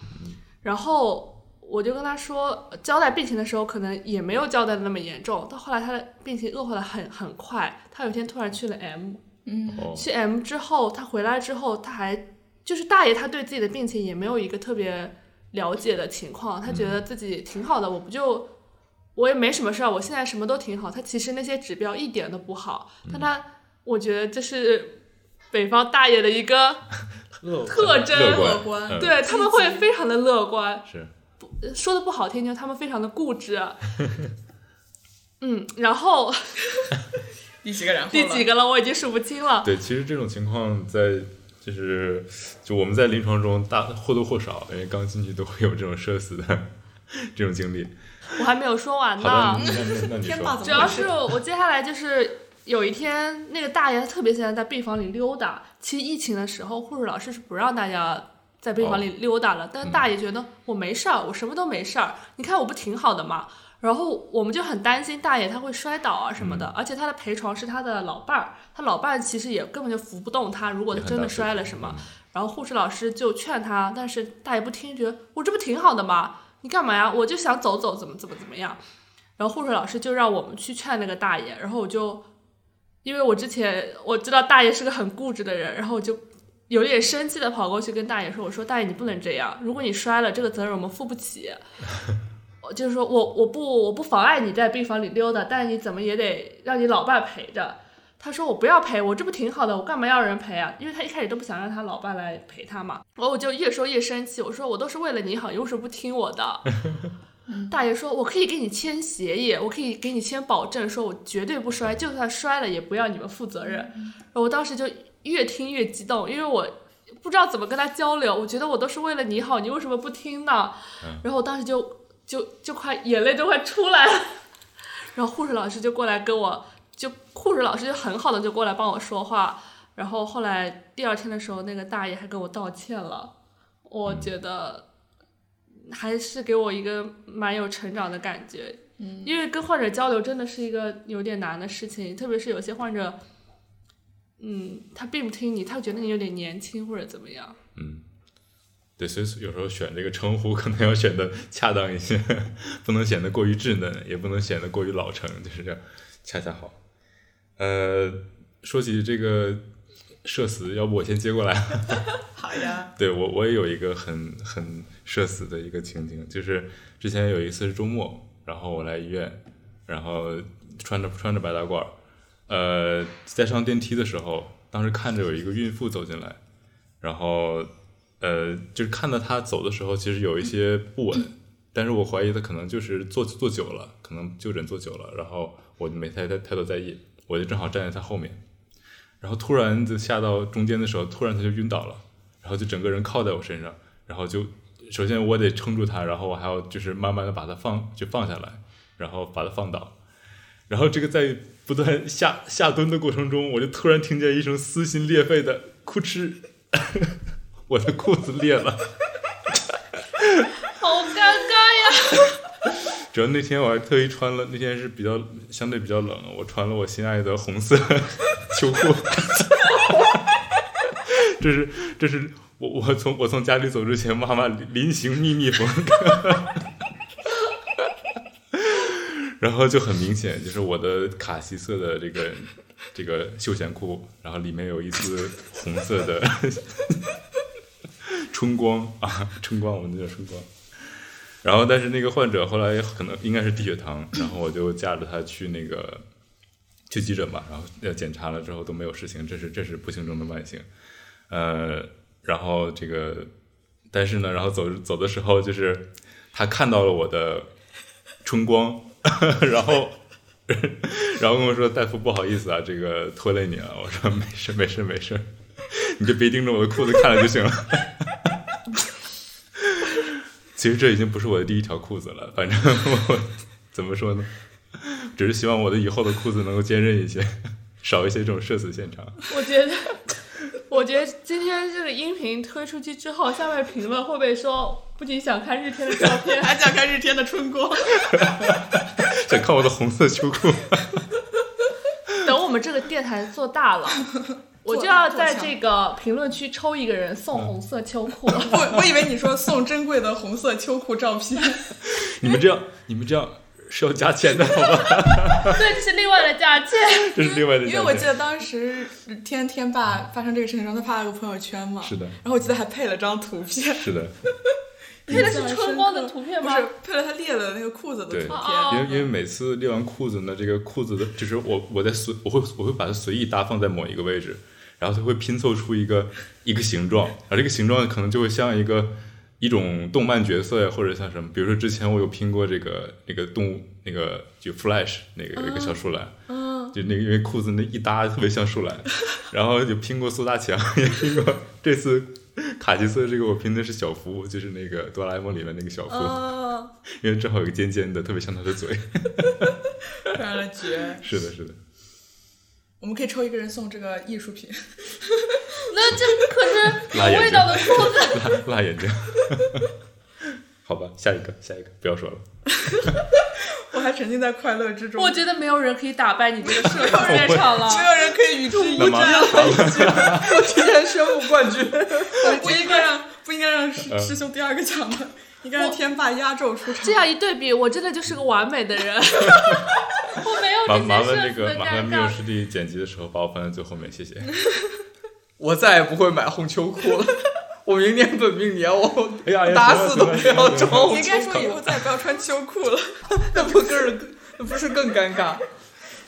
然后我就跟他说呃交代病情的时候，可能也没有交代的那么严重。到后来他的病情恶化的很很快，他有一天突然去了 M，嗯，哦，去 M 之后，他回来之后，他还就是大爷，他对自己的病情也没有一个特别了解的情况，他觉得嗯自己挺好的，我不就我也没什么事儿，我现在什么都挺好。他其实那些指标一点都不好，嗯但他我觉得这是北方大爷的一个特征，乐观，乐观嗯对他们会积极非常的乐观，是，说的不好听，就是他们非常的固执。啊 <laughs> 嗯，然后第几个然后第几个？个了，我已经数不清了。对，其实这种情况在就是就我们在临床中大或多或少，因为刚进去都会有这种社死的 <laughs> 这种经历。我还没有说完呢。好的，那那那你天霸说怎主么要是我接下来就是有一天，那个大爷特别喜欢在病房里溜达。其实疫情的时候，护士老师是不让大家在病房里溜达了，但是大爷觉得我没事儿，我什么都没事儿，你看我不挺好的嘛。然后我们就很担心大爷他会摔倒啊什么的，而且他的陪床是他的老伴儿，他老伴儿其实也根本就扶不动他，如果他真的摔了什嗯么，然后护士老师就劝他，但是大爷不听，觉得我这不挺好的吗？你干嘛呀？我就想走走，怎么怎么怎么样。然后护士老师就让我们去劝那个大爷，然后我就，因为我之前我知道大爷是个很固执的人，然后我就有点生气的跑过去跟大爷说：“我说大爷，你不能这样，如果你摔了，这个责任我们负不起。我就是说我我不我不妨碍你在病房里溜达，但是你怎么也得让你老伴陪着。”他说：“我不要陪，我这不挺好的，我干嘛要人陪啊？因为他一开始都不想让他老伴来陪他嘛。”然后我就越说越生气，我说：“我都是为了你好，你为什么不听我的？” <laughs> 大爷说：“我可以给你签协议，我可以给你签保证，说我绝对不摔，就算摔了也不要你们负责任。”然后我当时就越听越激动，因为我不知道怎么跟他交流，我觉得我都是为了你好，你为什么不听呢？然后我当时就就就快眼泪都快出来了， <laughs> 然后护士老师就过来跟我，就护士老师就很好的就过来帮我说话，然后后来第二天的时候，那个大爷还跟我道歉了，我觉得。还是给我一个蛮有成长的感觉，嗯因为跟患者交流真的是一个有点难的事情，特别是有些患者，嗯，他并不听你，他觉得你有点年轻或者怎么样。嗯。对，所以有时候选这个称呼可能要选的恰当一些，不能显得过于稚嫩，也不能显得过于老成，就是这样，恰恰好。呃，说起这个社死，要不我先接过来。啊 <laughs> 好呀，对我我也有一个很很社死的一个情景，就是之前有一次是周末，然后我来医院，然后穿着穿着白大褂儿，呃，在上电梯的时候，当时看着有一个孕妇走进来，然后呃，就是看到她走的时候，其实有一些不稳，但是我怀疑他可能就是坐坐久了，可能就诊坐久了，然后我就没太太太多在意，我就正好站在他后面，然后突然就下到中间的时候，突然他就晕倒了，然后就整个人靠在我身上，然后就首先我得撑住他，然后我还要就是慢慢的把他放就放下来，然后把他放倒，然后这个在不断下下蹲的过程中，我就突然听见一声撕心裂肺的哭哧，我的裤子裂了。好尴尬呀！主要那天我还特意穿了，那天是比较相对比较冷，我穿了我心爱的红色 <laughs> 秋裤。 <laughs> 这是这是我我从我从家里走之前，妈妈临临行密密缝。然后就很明显，就是我的卡其色的这个这个休闲裤，然后里面有一丝红色的春光啊， <laughs> 春光，我们叫春光。然后，但是那个患者后来可能应该是低血糖，然后我就架着他去那个去急诊吧，然后呃检查了之后都没有事情，这是这是不幸中的万幸。呃，然后这个，但是呢，然后走走的时候，就是他看到了我的春光， <laughs> 然后然后跟我说：“大夫，不好意思啊，这个拖累你了。”我说：“没事，没事，没事，你就别盯着我的裤子看了就行了。”其实这已经不是我的第一条裤子了，反正 <laughs> 我怎么说呢，只是希望我的以后的裤子能够坚韧一些， <laughs> 少一些这种社死现场。我觉 <laughs> 得，我觉得今天这个音频推出去之后，下面评论会不会说不仅想看日天的照片， <laughs> 还想看日天的春 <laughs> 光？想看我的红色秋裤？ <laughs> <laughs> 等我们这个电台做大了。我就要在这个评论区抽一个人送红色秋裤， <laughs> 我我以为你说送珍贵的红色秋裤照片，你们这样，你们这样是要加钱的好吗？对，这是另外的价钱。这是另外的因为价我钱。记得当时天天爸发生这个事情的时候，他发了个朋友圈嘛，是的，然后我记得还配了张图片，是的， <laughs> 配的是春光的图片不吗？是配了他裂了的那个裤子的图对片，哦因为因为每次裂完裤子呢，这个裤子的，就是我我在随我会我会把它随意搭放在某一个位置，然后它会拼凑出一个一个形状，而这个形状可能就会像一个一种动漫角色呀，或者像什么，比如说之前我有拼过这个那个动物那个就 Flash 那个有一个小树懒，就那个因为裤子那一搭特别像树懒，然后就拼过苏大强， <laughs> 也拼过这次。卡其色这个我拼的是小夫，就是那个哆啦 A 梦里面那个小夫，嗯哦，因为正好有个尖尖的，特别像他的嘴。非常的绝。是的，是的， <laughs> 我们可以抽一个人送这个艺术品，那这可是辣有眼睛味道的裤子。辣辣眼睛。好吧，下一个，下一个，不要说了。我还沉浸在快乐之中，我觉得没有人可以打败你这个 <laughs> 社畜热场了。没有人可以与之一那战。么，提前宣布冠军。我 <laughs> 不应该让不应该让师嗯师兄第二个抢的，应该让天霸压轴出场这。样一对比，我真的就是个完美的 <laughs> 人。我没有麻这麻些烦社这死个的麻烦尴没有尬。师弟剪辑的时候把我放在最后面，谢谢。我再也不会买红秋裤了。我明年本命年，我哎呀哎呀打死都不要穿你红应秋该裤，说以后再也不要穿秋裤了。那不更那不是更尴尬？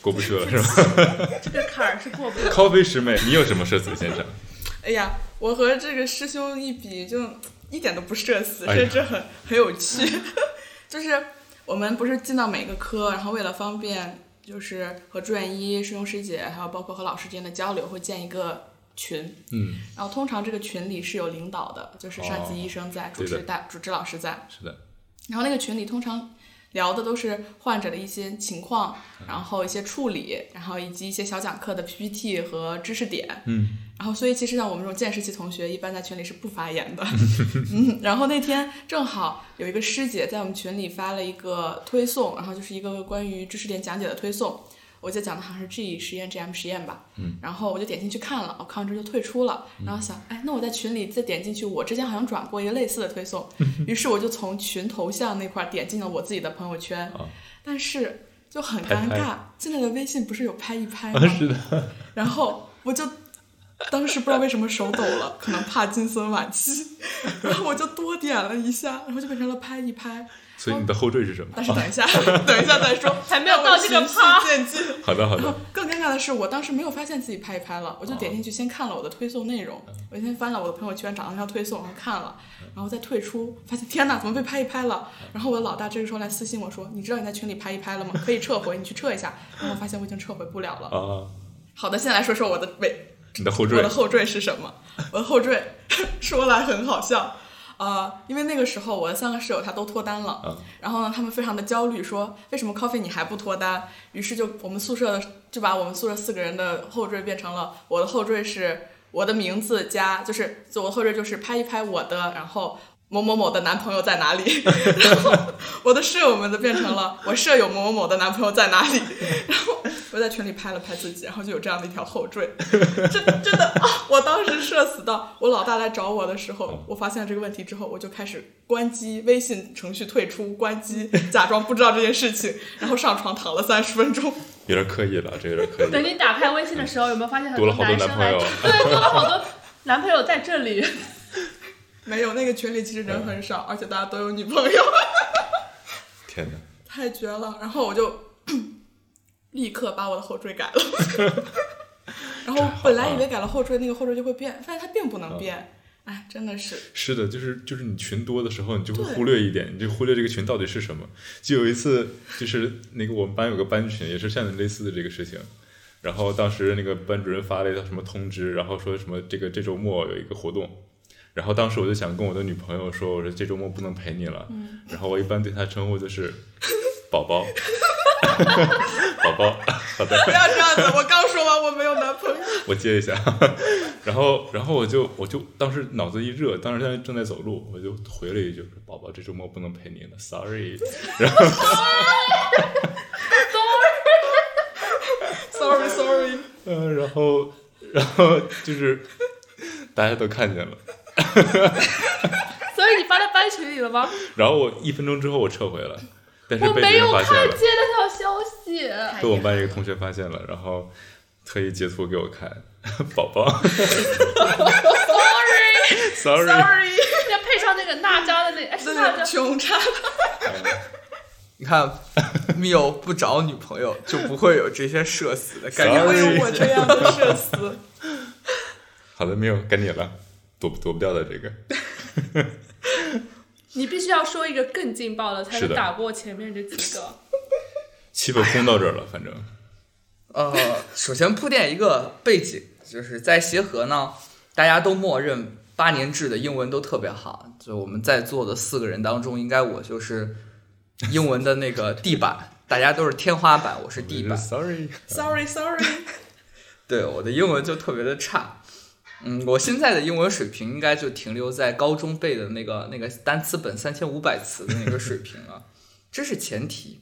过不去了是吧 <laughs> <laughs> 这个坎儿是过不了。 ？Coffee 师妹，你有什么社死现场？哎呀，我和这个师兄一比，就一点都不社死，哎呀甚至很很有趣。 <laughs> 就是我们不是进到每个科，然后为了方便，就是和住院医、师兄师姐，还有包括和老师之间的交流，会建一个群。嗯，然后通常这个群里是有领导的，就是上级哦医生在，主对的治大主治老师在。是的，然后那个群里通常聊的都是患者的一些情况，然后一些处理，然后以及一些小讲课的 PPT 和知识点。嗯，然后所以其实像我们这种见识系同学，一般在群里是不发言的。嗯，然后那天正好有一个师姐在我们群里发了一个推送，然后就是一个关于知识点讲解的推送。我记得讲的好像是 G 实验、GM 实验吧，嗯，然后我就点进去看了，我看完之后就退出了，然后想，哎，那我在群里再点进去，我之前好像转过一个类似的推送，于是我就从群头像那块儿点进了我自己的朋友圈，啊但是就很拍尴拍哦尬，现在的微信不是有拍一拍吗？啊，是的，然后我就当时不知道为什么手抖了，可能怕金森晚期，然后我就多点了一下，然后就变成了拍一拍。所以你的后缀是什么？ <laughs> 但是等一 <laughs> 下，等一下再说，还没有到这个让我趴循序渐进。好的好然后的，更尴尬的是，我当时没有发现自己拍一拍了，我就点进去先看了我的推送内容，我先翻了我的朋友圈，找到那条推送，然后看了，然后再退出，发现天哪，怎么被拍一拍了？然后我的老大这个时候来私信我说：“你知道你在群里拍一拍了吗？可以撤回，你去撤一下。”然后我发现我已经撤回不了了。啊，好的，先来说说我的尾你的后我缀的后缀是什么？我的后缀 <laughs> 说来很好笑，呃，因为那个时候我的三个室友他都脱单了，嗯然后呢，他们非常的焦虑，说为什么 Coffee 你还不脱单？于是就我们宿舍的就把我们宿舍四个人的后缀变成了我的后缀是我的名字加就是就我的后缀就是拍一拍我的，然后。某某某的男朋友在哪里？ <laughs> 然后我的舍友们都变成了我舍友某某某的男朋友在哪里？ <laughs> 然后我在群里拍了拍自己，然后就有这样的一条后缀。真真的啊！我当时社死到我老大来找我的时候，我发现了这个问题之后，我就开始关机微信程序退出，关机，假装不知道这件事情，然后上床躺了三十分钟。有点刻意了，这有点 <laughs> 刻意等了，你打开微信的时候，有没有发现很多了好多男生男朋来友， <laughs> 对，多了好多男朋友在这里。没有那个群里其实人很少，而且大家都有女朋友，天哪！太绝了。然后我就 <clears throat> 立刻把我的后缀改了，然后本来以为改了后缀，那个后缀就会变，发现它并不能变。哎，真的是。是的，就是就是你群多的时候，你就会对忽略一点，你就忽略这个群到底是什么。就有一次，就是那个我们班有个班群，也是像类似的这个事情。然后当时那个班主任发了一条什么通知，然后说什么这个这周末有一个活动。然后当时我就想跟我的女朋友说，我说这周末不能陪你了。然后我一般对她称呼就是 <laughs> 宝宝， <laughs> 宝宝。好的，不要这样子！我刚说完我没有男朋友，我接一下， <laughs> 然后然后我就我就当时脑子一热，当时在正在走路，我就回了一句：“宝宝，这周末不能陪你了，sorry。 <laughs> ，sorry sorry。” <laughs> 呃，然后然后就是 <laughs> 大家都看见了，所以你发在班群里了吗？然后我一分钟之后我撤回了，但是我被没别人有发看现了见，那条消 <laughs> 息。被我们班一个同学发现了，然后特意截图给我看， <laughs> 宝宝 Sorry， ，sorry。 <laughs> 要配上那个娜扎的那，哎，是真娜的扎。穷差。你 <laughs> 看，Mio 不找女朋友就不会有这些社死的感会觉。 Sorry 有我这样的社死。好的，没有，该你了，躲不躲不掉的这个。你必须要说一个更劲爆的，才是能的打过前面这 <laughs> 几个。基本轰到这儿了，反正呃，首先铺垫一个背景，就是在协和呢，大家都默认八年制的英文都特别好，就我们在座的四个人当中，应该我就是英文的那个地板，大家都是天花板，我是地板。 ，sorry。 Sorry Sorry， <laughs> 对，我的英文就特别的差。嗯，我现在的英文水平应该就停留在高中背的那个那个单词本三千五百词的那个水平了， <laughs> 这是前提。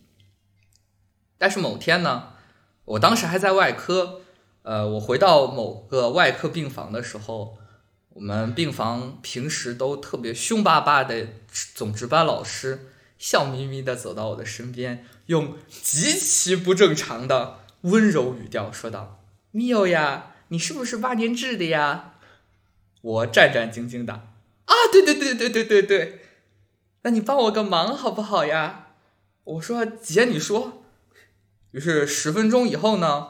但是某天呢，我当时还在外科，呃，我回到某个外科病房的时候，我们病房平时都特别凶巴巴的总值班老师，笑眯眯的走到我的身边，用极其不正常的温柔语调说道。Mio 呀，你是不是八年制的呀？我战战兢兢的啊，对对对对对对对，那你帮我个忙好不好呀？我说姐，你说。于是十分钟以后呢，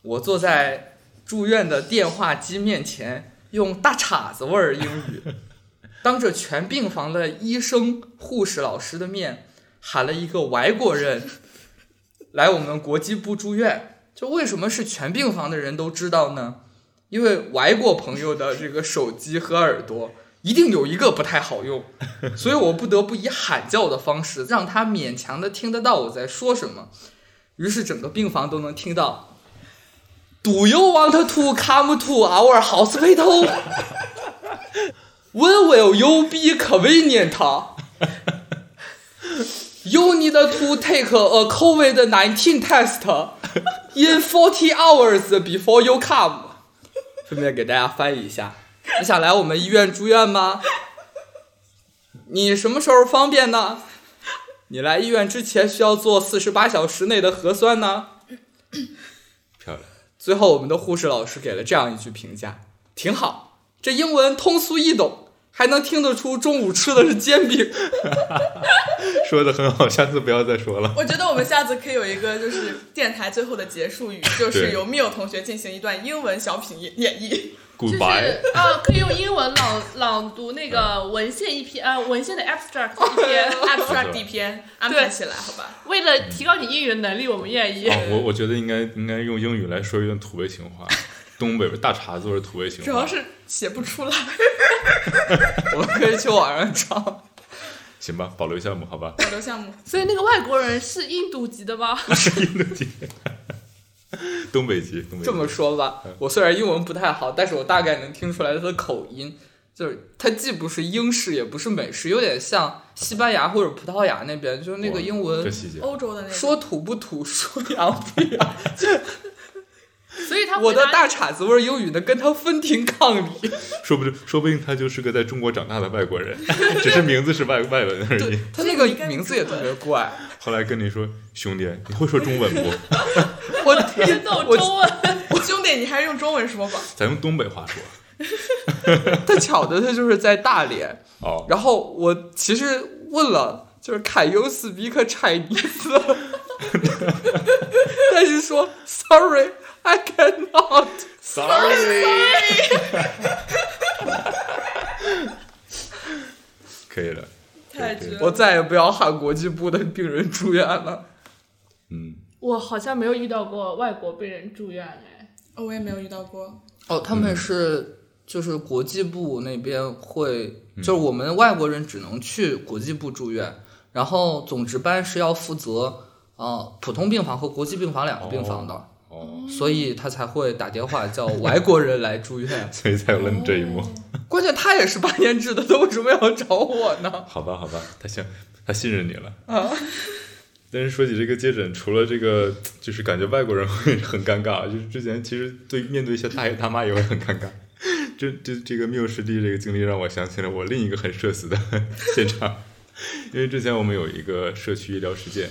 我坐在住院的电话机面前，用大碴子味儿英语，当着全病房的医生、护士、老师的面喊了一个外国人来我们国际部住院。就为什么是全病房的人都知道呢？因为外国朋友的这个手机和耳朵一定有一个不太好用，所以我不得不以喊叫的方式让他勉强的听得到我在说什么，于是整个病房都能听到。Do you want to come to our hospital? When will you be convenient? You need to take 呃 a COVID-19 test. In forty hours before you come，顺便给大家翻译一下。你想来我们医院住院吗？你什么时候方便呢？你来医院之前需要做四十八小时内的核酸呢。漂亮，最后，我们的护士老师给了这样一句评价：挺好。这英文通俗易懂，还能听得出中午吃的是煎饼。说的很好，下次不要再说了。我觉得我们下次可以有一个就是电台最后的结束语，就是由 Miu 同学进行一段英文小品演绎。就是 Goodbye，啊，可以用英文朗朗读那个文献一篇，呃，文献的 abstract 一 <laughs> 篇。 <laughs> abstract 地篇安排起来，好吧？为了提高你英语能力，我们愿意。哦，我我觉得应该应该用英语来说一段土味情 <laughs> 话，东北大碴子味儿土味情话。主要是写不出来， <laughs> 我们可以去网上找。行吧，保留项目好吧。 <laughs> 保留项目。 <laughs> 所以那个外国人是印度籍的吗？印度籍，东北籍，东北籍这么说吧嗯，我虽然英文不太好，但是我大概能听出来他的口音，就是他既不是英式，也不是美式，有点像西班牙或者葡萄牙那边，就是那个哇英这文哦细节，欧洲的那种说土不土，说洋不洋。 <laughs> 所以他我回的答大碴子味儿英语能跟他分庭抗礼。说不定说不定他就是个在中国长大的外国 <laughs> 人，只是名字是外外文而已。他那个名字也特别怪，后来跟你说，兄弟，你会说中文不？我天斗啊我中文，兄弟，你还是用中文说吧。咱用东北话说。他巧的他就是在大连，哦，然后我其实问了，就是凯优斯比克 Chinese，但是说 Sorry I cannot。 Sorry，可以了， <laughs> 太对绝对了我再也不要喊国际部的病人住院了。嗯， <laughs> 我好像没有遇到过外国病人住院哎。我也没有遇到过。哦，他们是就是国际部那边会，就是我们外国人只能去国际部住院，然后总值班是要负责呃普通病房和国际病房两个病房的。哦，。所以他才会打电话叫外国人来住院所以才有了你这一幕。关键他也是八年制的，他为什么要找我呢？好吧，好吧，他信他信任你了啊。 <laughs> 但是说起这个接诊，除了这个，就是感觉外国人会很尴尬，就是之前其实对面对一些大爷大妈也会很尴尬。这这这个缪师弟这个经历让我想起了我另一个很社死的现场，因为之前我们有一个社区医疗实践，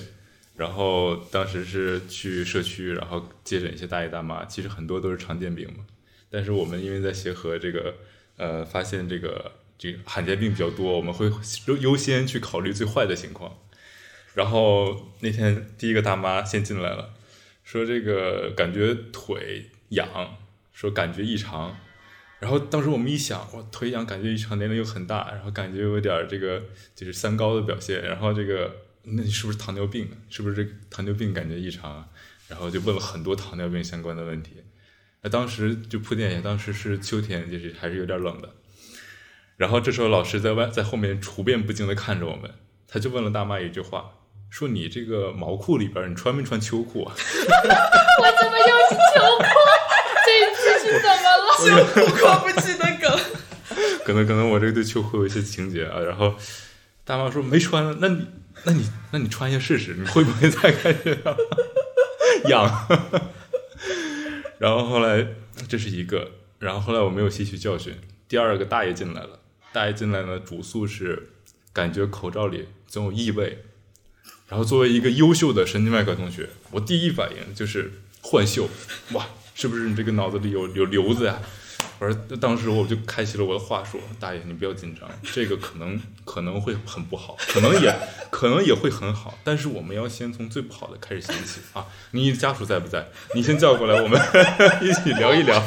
然后当时是去社区，然后接诊一些大爷大妈，其实很多都是常见病嘛，但是我们因为在协和这个呃发现这个这个罕见病比较多，我们会优优先去考虑最坏的情况。然后那天第一个大妈先进来了，说这个感觉腿痒，说感觉异常。然后当时我们一想，我腿痒，感觉异常，年龄又很大，然后感觉有点儿这个就是三高的表现。然后这个，那你是不是糖尿病啊？是不是这个糖尿病感觉异常啊？然后就问了很多糖尿病相关的问题。那当时就铺垫一下，当时是秋天，就是还是有点冷的。然后这时候老师在外在后面处变不惊的看着我们，他就问了大妈一句话，说你这个毛裤里边儿你穿没穿秋裤 <laughs> 啊？我怎么又是求婚？这一次是怎么了？我可不记得梗。可能可能我这个对秋裤有一些情节啊。然后大妈说没穿，那你那你那你穿一下试试，你会不会再感觉到痒？ <laughs> 然后后来这是一个，然后后来我没有吸取教训。第二个大爷进来了，大爷进来呢，主诉是感觉口罩里总有异味。然后作为一个优秀的神经外科同学，我第一反应就是幻嗅，哇，是不是你这个脑子里有有瘤子呀、我说，当时我就开启了我的话说：“大爷，你不要紧张，这个可能可能会很不好，可能也 <laughs> 可能也会很好，但是我们要先从最不好的开始想起啊！你家属在不在？你先叫过来，我们 <laughs> 一起聊一聊。”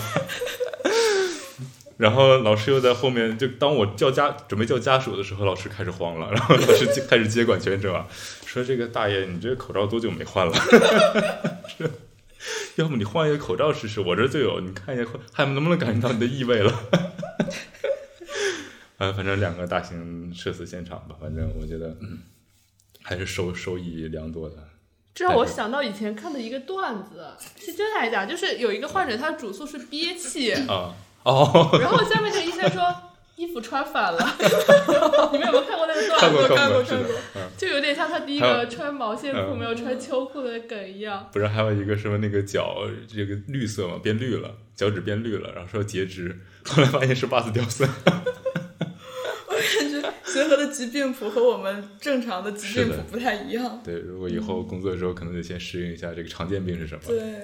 然后老师又在后面，就当我叫家准备叫家属的时候，老师开始慌了，然后老师就开始接管全程啊，说：“这个大爷，你这个口罩多久没换了？”要么你换一个口罩试试，我这就有，你看一下会还能不能感觉到你的异味了。 <laughs> 呃，反正两个大型社死现场吧，反正我觉得，嗯，还是收收益良多的。这让我想到以前看的一个段子，是真的还是假的？就是有一个患者，他主诉是憋气，啊， <laughs> 哦，然后下面的医生说衣服穿反了。 <laughs> 你们有没有看过那个段看过子？看看过是的，嗯，就有点像他第一还个穿毛线裤嗯没有穿秋裤的梗一样。不是还有一个什么那个脚这个绿色嘛，变绿了，脚趾变绿了，然后说截肢，后来发现是巴斯吊 <laughs> 森，感觉协和的疾病谱和我们正常的疾病是的谱不太一样。对，如果以后工作的时候，可能得先适应一下这个常见病是什么。 <laughs> 对，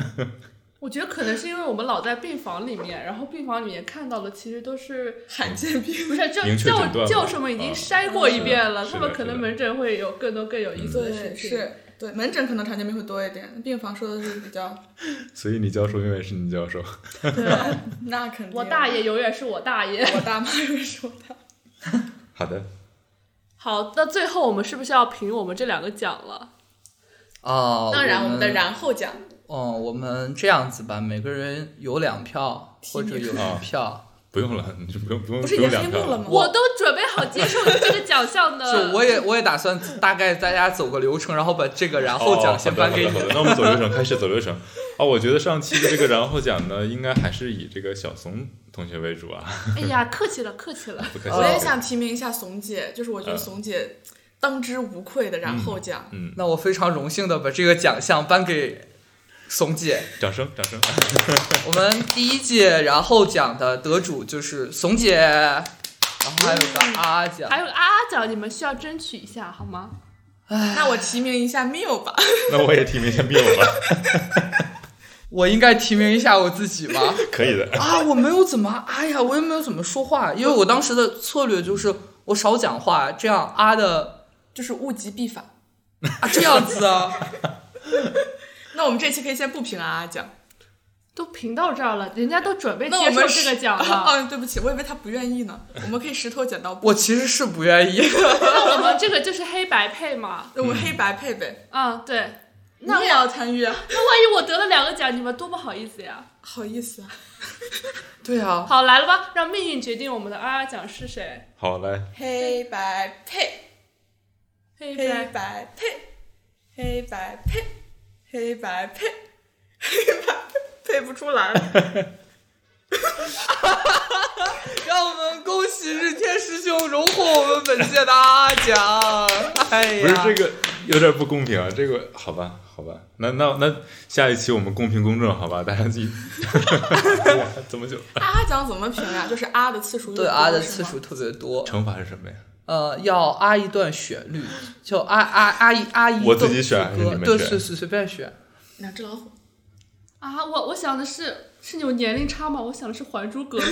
我觉得可能是因为我们老在病房里面，然后病房里面看到的其实都是罕见病，不是就明确诊断教嘛教授们已经啊筛过一遍了，是的他们是可能的门诊会有更多更有意思的事情。是对门诊可能常见病会多一点，病房说的是比较，所以你教授永远是你教授。那肯定。我大，爷永远是我大爷。我大妈也是我大。好的， <laughs> 好，那最后我们是不是要评我们这两个奖了？哦， <laughs> 当然，我我们的然后讲，哦，我们这样子吧，每个人有两票或者有一票，不用了，你就不用不用不是已用经两黑幕票了吗？我都准备好接受这个奖项 <laughs> 就的。我也我也打算大概大家走个流程，然后把这个然后哦奖先颁给好你的好的好的那我们走流程，开始走流程。哦，我觉得上期的这个然后讲呢，应该还是以这个小怂同学为主啊，哎呀，客气了，客气了。不客气。我也想提名一下怂姐，就是我觉得嗯怂姐当之无愧的然后讲。嗯，那我非常荣幸的把这个奖项颁给怂姐。掌声，掌声。 <laughs> 我们第一届然后奖的得主就是怂姐，然后还有个阿奖。还有个啊啊奖，你们需要争取一下好吗？那我提名一下 Miu 吧，那我也提名一下 Miu 吧，我应该提名一下我自己吧？可以的。啊，我没有怎么，哎呀，我也没有怎么说话，因为我当时的策略就是我少讲话，这样啊的就是物极必反。啊这样子啊，那我们这期可以先不评啊讲，都评到这儿了，人家都准备 <laughs> 那我接受们这个是奖 <laughs> 了，啊，对不起，我以为他不愿意呢。我们可以石头剪刀布，我其实是不愿意。 <laughs> 哦那我们这个就是黑白配嘛。我们黑白配呗。嗯，对。你也要参与啊？那万一我得了两个奖，你们多不好意思呀。好意思啊。对啊，好，来了吧，让命运决定我们的啊啊奖是谁。好，来，黑白配，黑黑白白配，黑白配，黑白配， <laughs> 黑白配，配不出来了。让我们恭喜日天师兄荣获我们本届的啊奖。哎呀，不是啊这个有点不公平啊，这个好吧，好吧，那那那下一期我们公平公正，好吧，大家 <laughs> 自己。怎么就啊讲怎么评呀？ <laughs> 就是啊的次数越多对啊的是次吗数特别多，惩罚是什么呀？呃，要啊一段旋律，就啊啊啊一啊一我自己段选还副是歌你们对，选随随随便选。两只老虎。啊，我我想的是是有年龄差吗？我想的是《还珠格格》，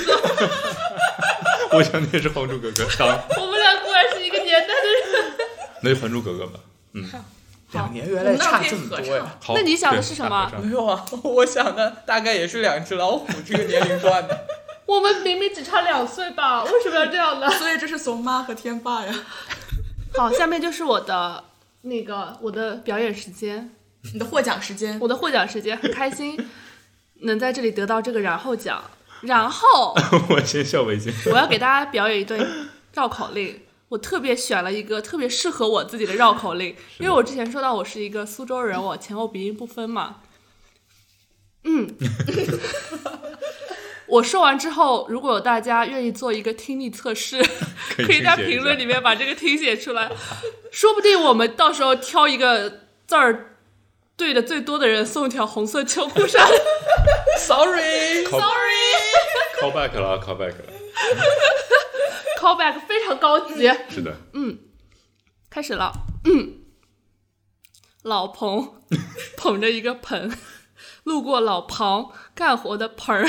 <laughs> 我想的也是《还珠格格》当，我们俩果然是一个年代的人。那就《还珠格格》吧。两年原我来们那差可以这么合多呀好，唱！那你想的对是什么大合唱 <laughs> 没有啊，我想的大概也是两只老虎这个年龄段的。我们明明只差两岁吧，为什么要这样呢？所以这是怂妈和天霸呀。好，下面就是我的那个我的表演时间，你的获奖时间，我的获奖时间，很开心能在这里得到这个然后奖。然后 <laughs> 我先笑为敬。 <laughs> 我要给大家表演一段绕口令，我特别选了一个特别适合我自己的绕口令，因为我之前说到我是一个苏州人，我前后鼻音不分嘛。嗯， <laughs> 我说完之后，如果有大家愿意做一个听力测试，可可以在听写一评论下里面把这个听写出来，说不定我们到时候挑一个字儿对的最多的人送一条红色秋裤 <laughs> 衫。哦 Sorry， <laughs> Call- call back 了啊，call back 了， Callback 非常高级，是的，开始了。嗯，老彭捧着一个盆，路过老庞干活的盆儿，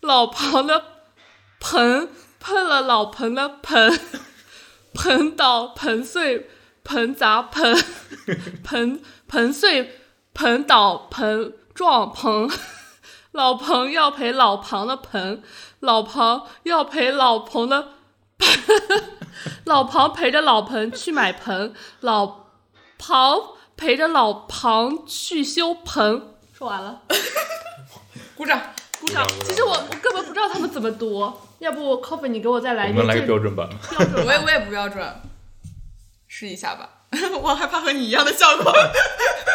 老庞的盆碰了老彭的盆，盆倒盆碎盆砸盆，盆盆碎盆倒盆撞盆。老彭要赔老庞的盆，老庞要赔老彭的老庞陪着老彭去买盆，老庞陪着老庞去修盆。说完了，鼓掌。鼓掌鼓掌鼓。掌其实我我根本不知道他们怎么读，要不 Coffee 你给我再来哎我一们遍来正个标准版吧。标准 <laughs> 我也我也不标准，试一下吧。 <laughs> 我害怕和你一样的效果， <laughs>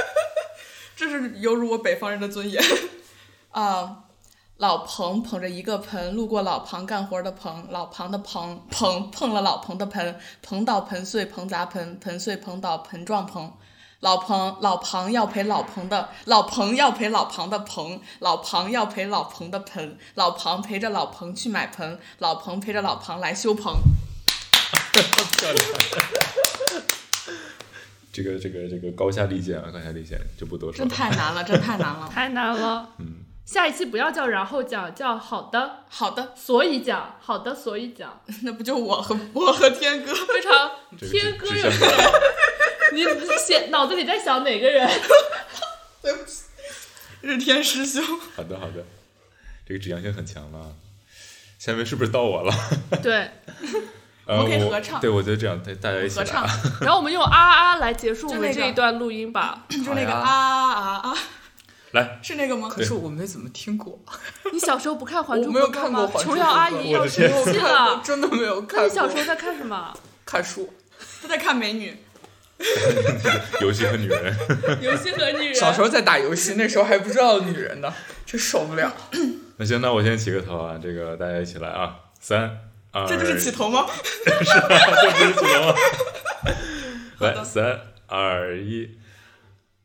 这是犹如我北方人的尊严。啊、老彭捧着一个盆，路过老庞干活的彭，老庞的彭彭碰了老彭的盆，盆倒盆碎盆砸盆，盆碎盆倒盆撞盆。老彭老庞要陪老彭的，老彭要陪老庞的彭，老庞要陪老彭的盆，老庞陪着老彭去买盆，老彭陪着老庞来修棚。这个这个这个高下立见啊，高下立见就不多说真了。太难了，真太难了。太难了。嗯，下一期不要叫然后讲，叫好的，好的，所以讲，好的，所以讲，那不就我和我和天哥？非常这个天指哥指有向未来你写脑子里在想哪个人？对不起，日天师兄。好的好的，这个指向性很强了。下面是不是到我了？对，呃，我们可以我合唱对，我觉得这样，大大家一起合来唱啊，然后我们用啊啊来结束我就们那个这一段录音吧。就那好个哎呀啊啊啊，来，是那个吗？可是我没怎么听过，你小时候不看《还珠格我没有格》看过吗《还？珠琼格瑶格阿姨我要的生天气了。真的没有那看你过。小时候在看什么？看书，他在看美女，游戏和女人， <laughs> 游戏和女人。小时候在打游戏，那时候还不知道女人 <laughs> 呢，真受不了。那行，那我先起个头啊，这个大家一起来啊，三二，这就是起头 <laughs> 吗？这不是起头吗？来，三二一，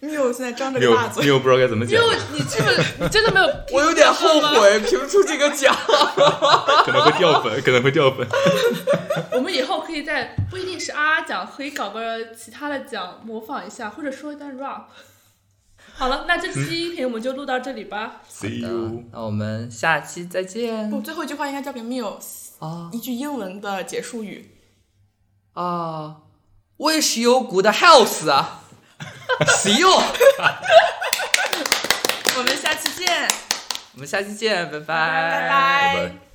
缪现在张着六个大嘴，六不知道该怎么因讲为，我你这个你真的没有， <laughs> 我有点后悔评出这个奖。 <laughs> 可能会掉粉，可能会掉粉。我们以后可以在不一定是啊啊讲，可以搞个其他的讲模仿一下，或者说一段 rap。好了，那这期音频我们就录到这里吧。 See you。那我们下期再见不，最后一句话应该交给缪，啊一句英文的结束语。啊！Wish you good health <laughs> 啊，See you，我我们下期见，们下期见，拜拜，拜拜拜拜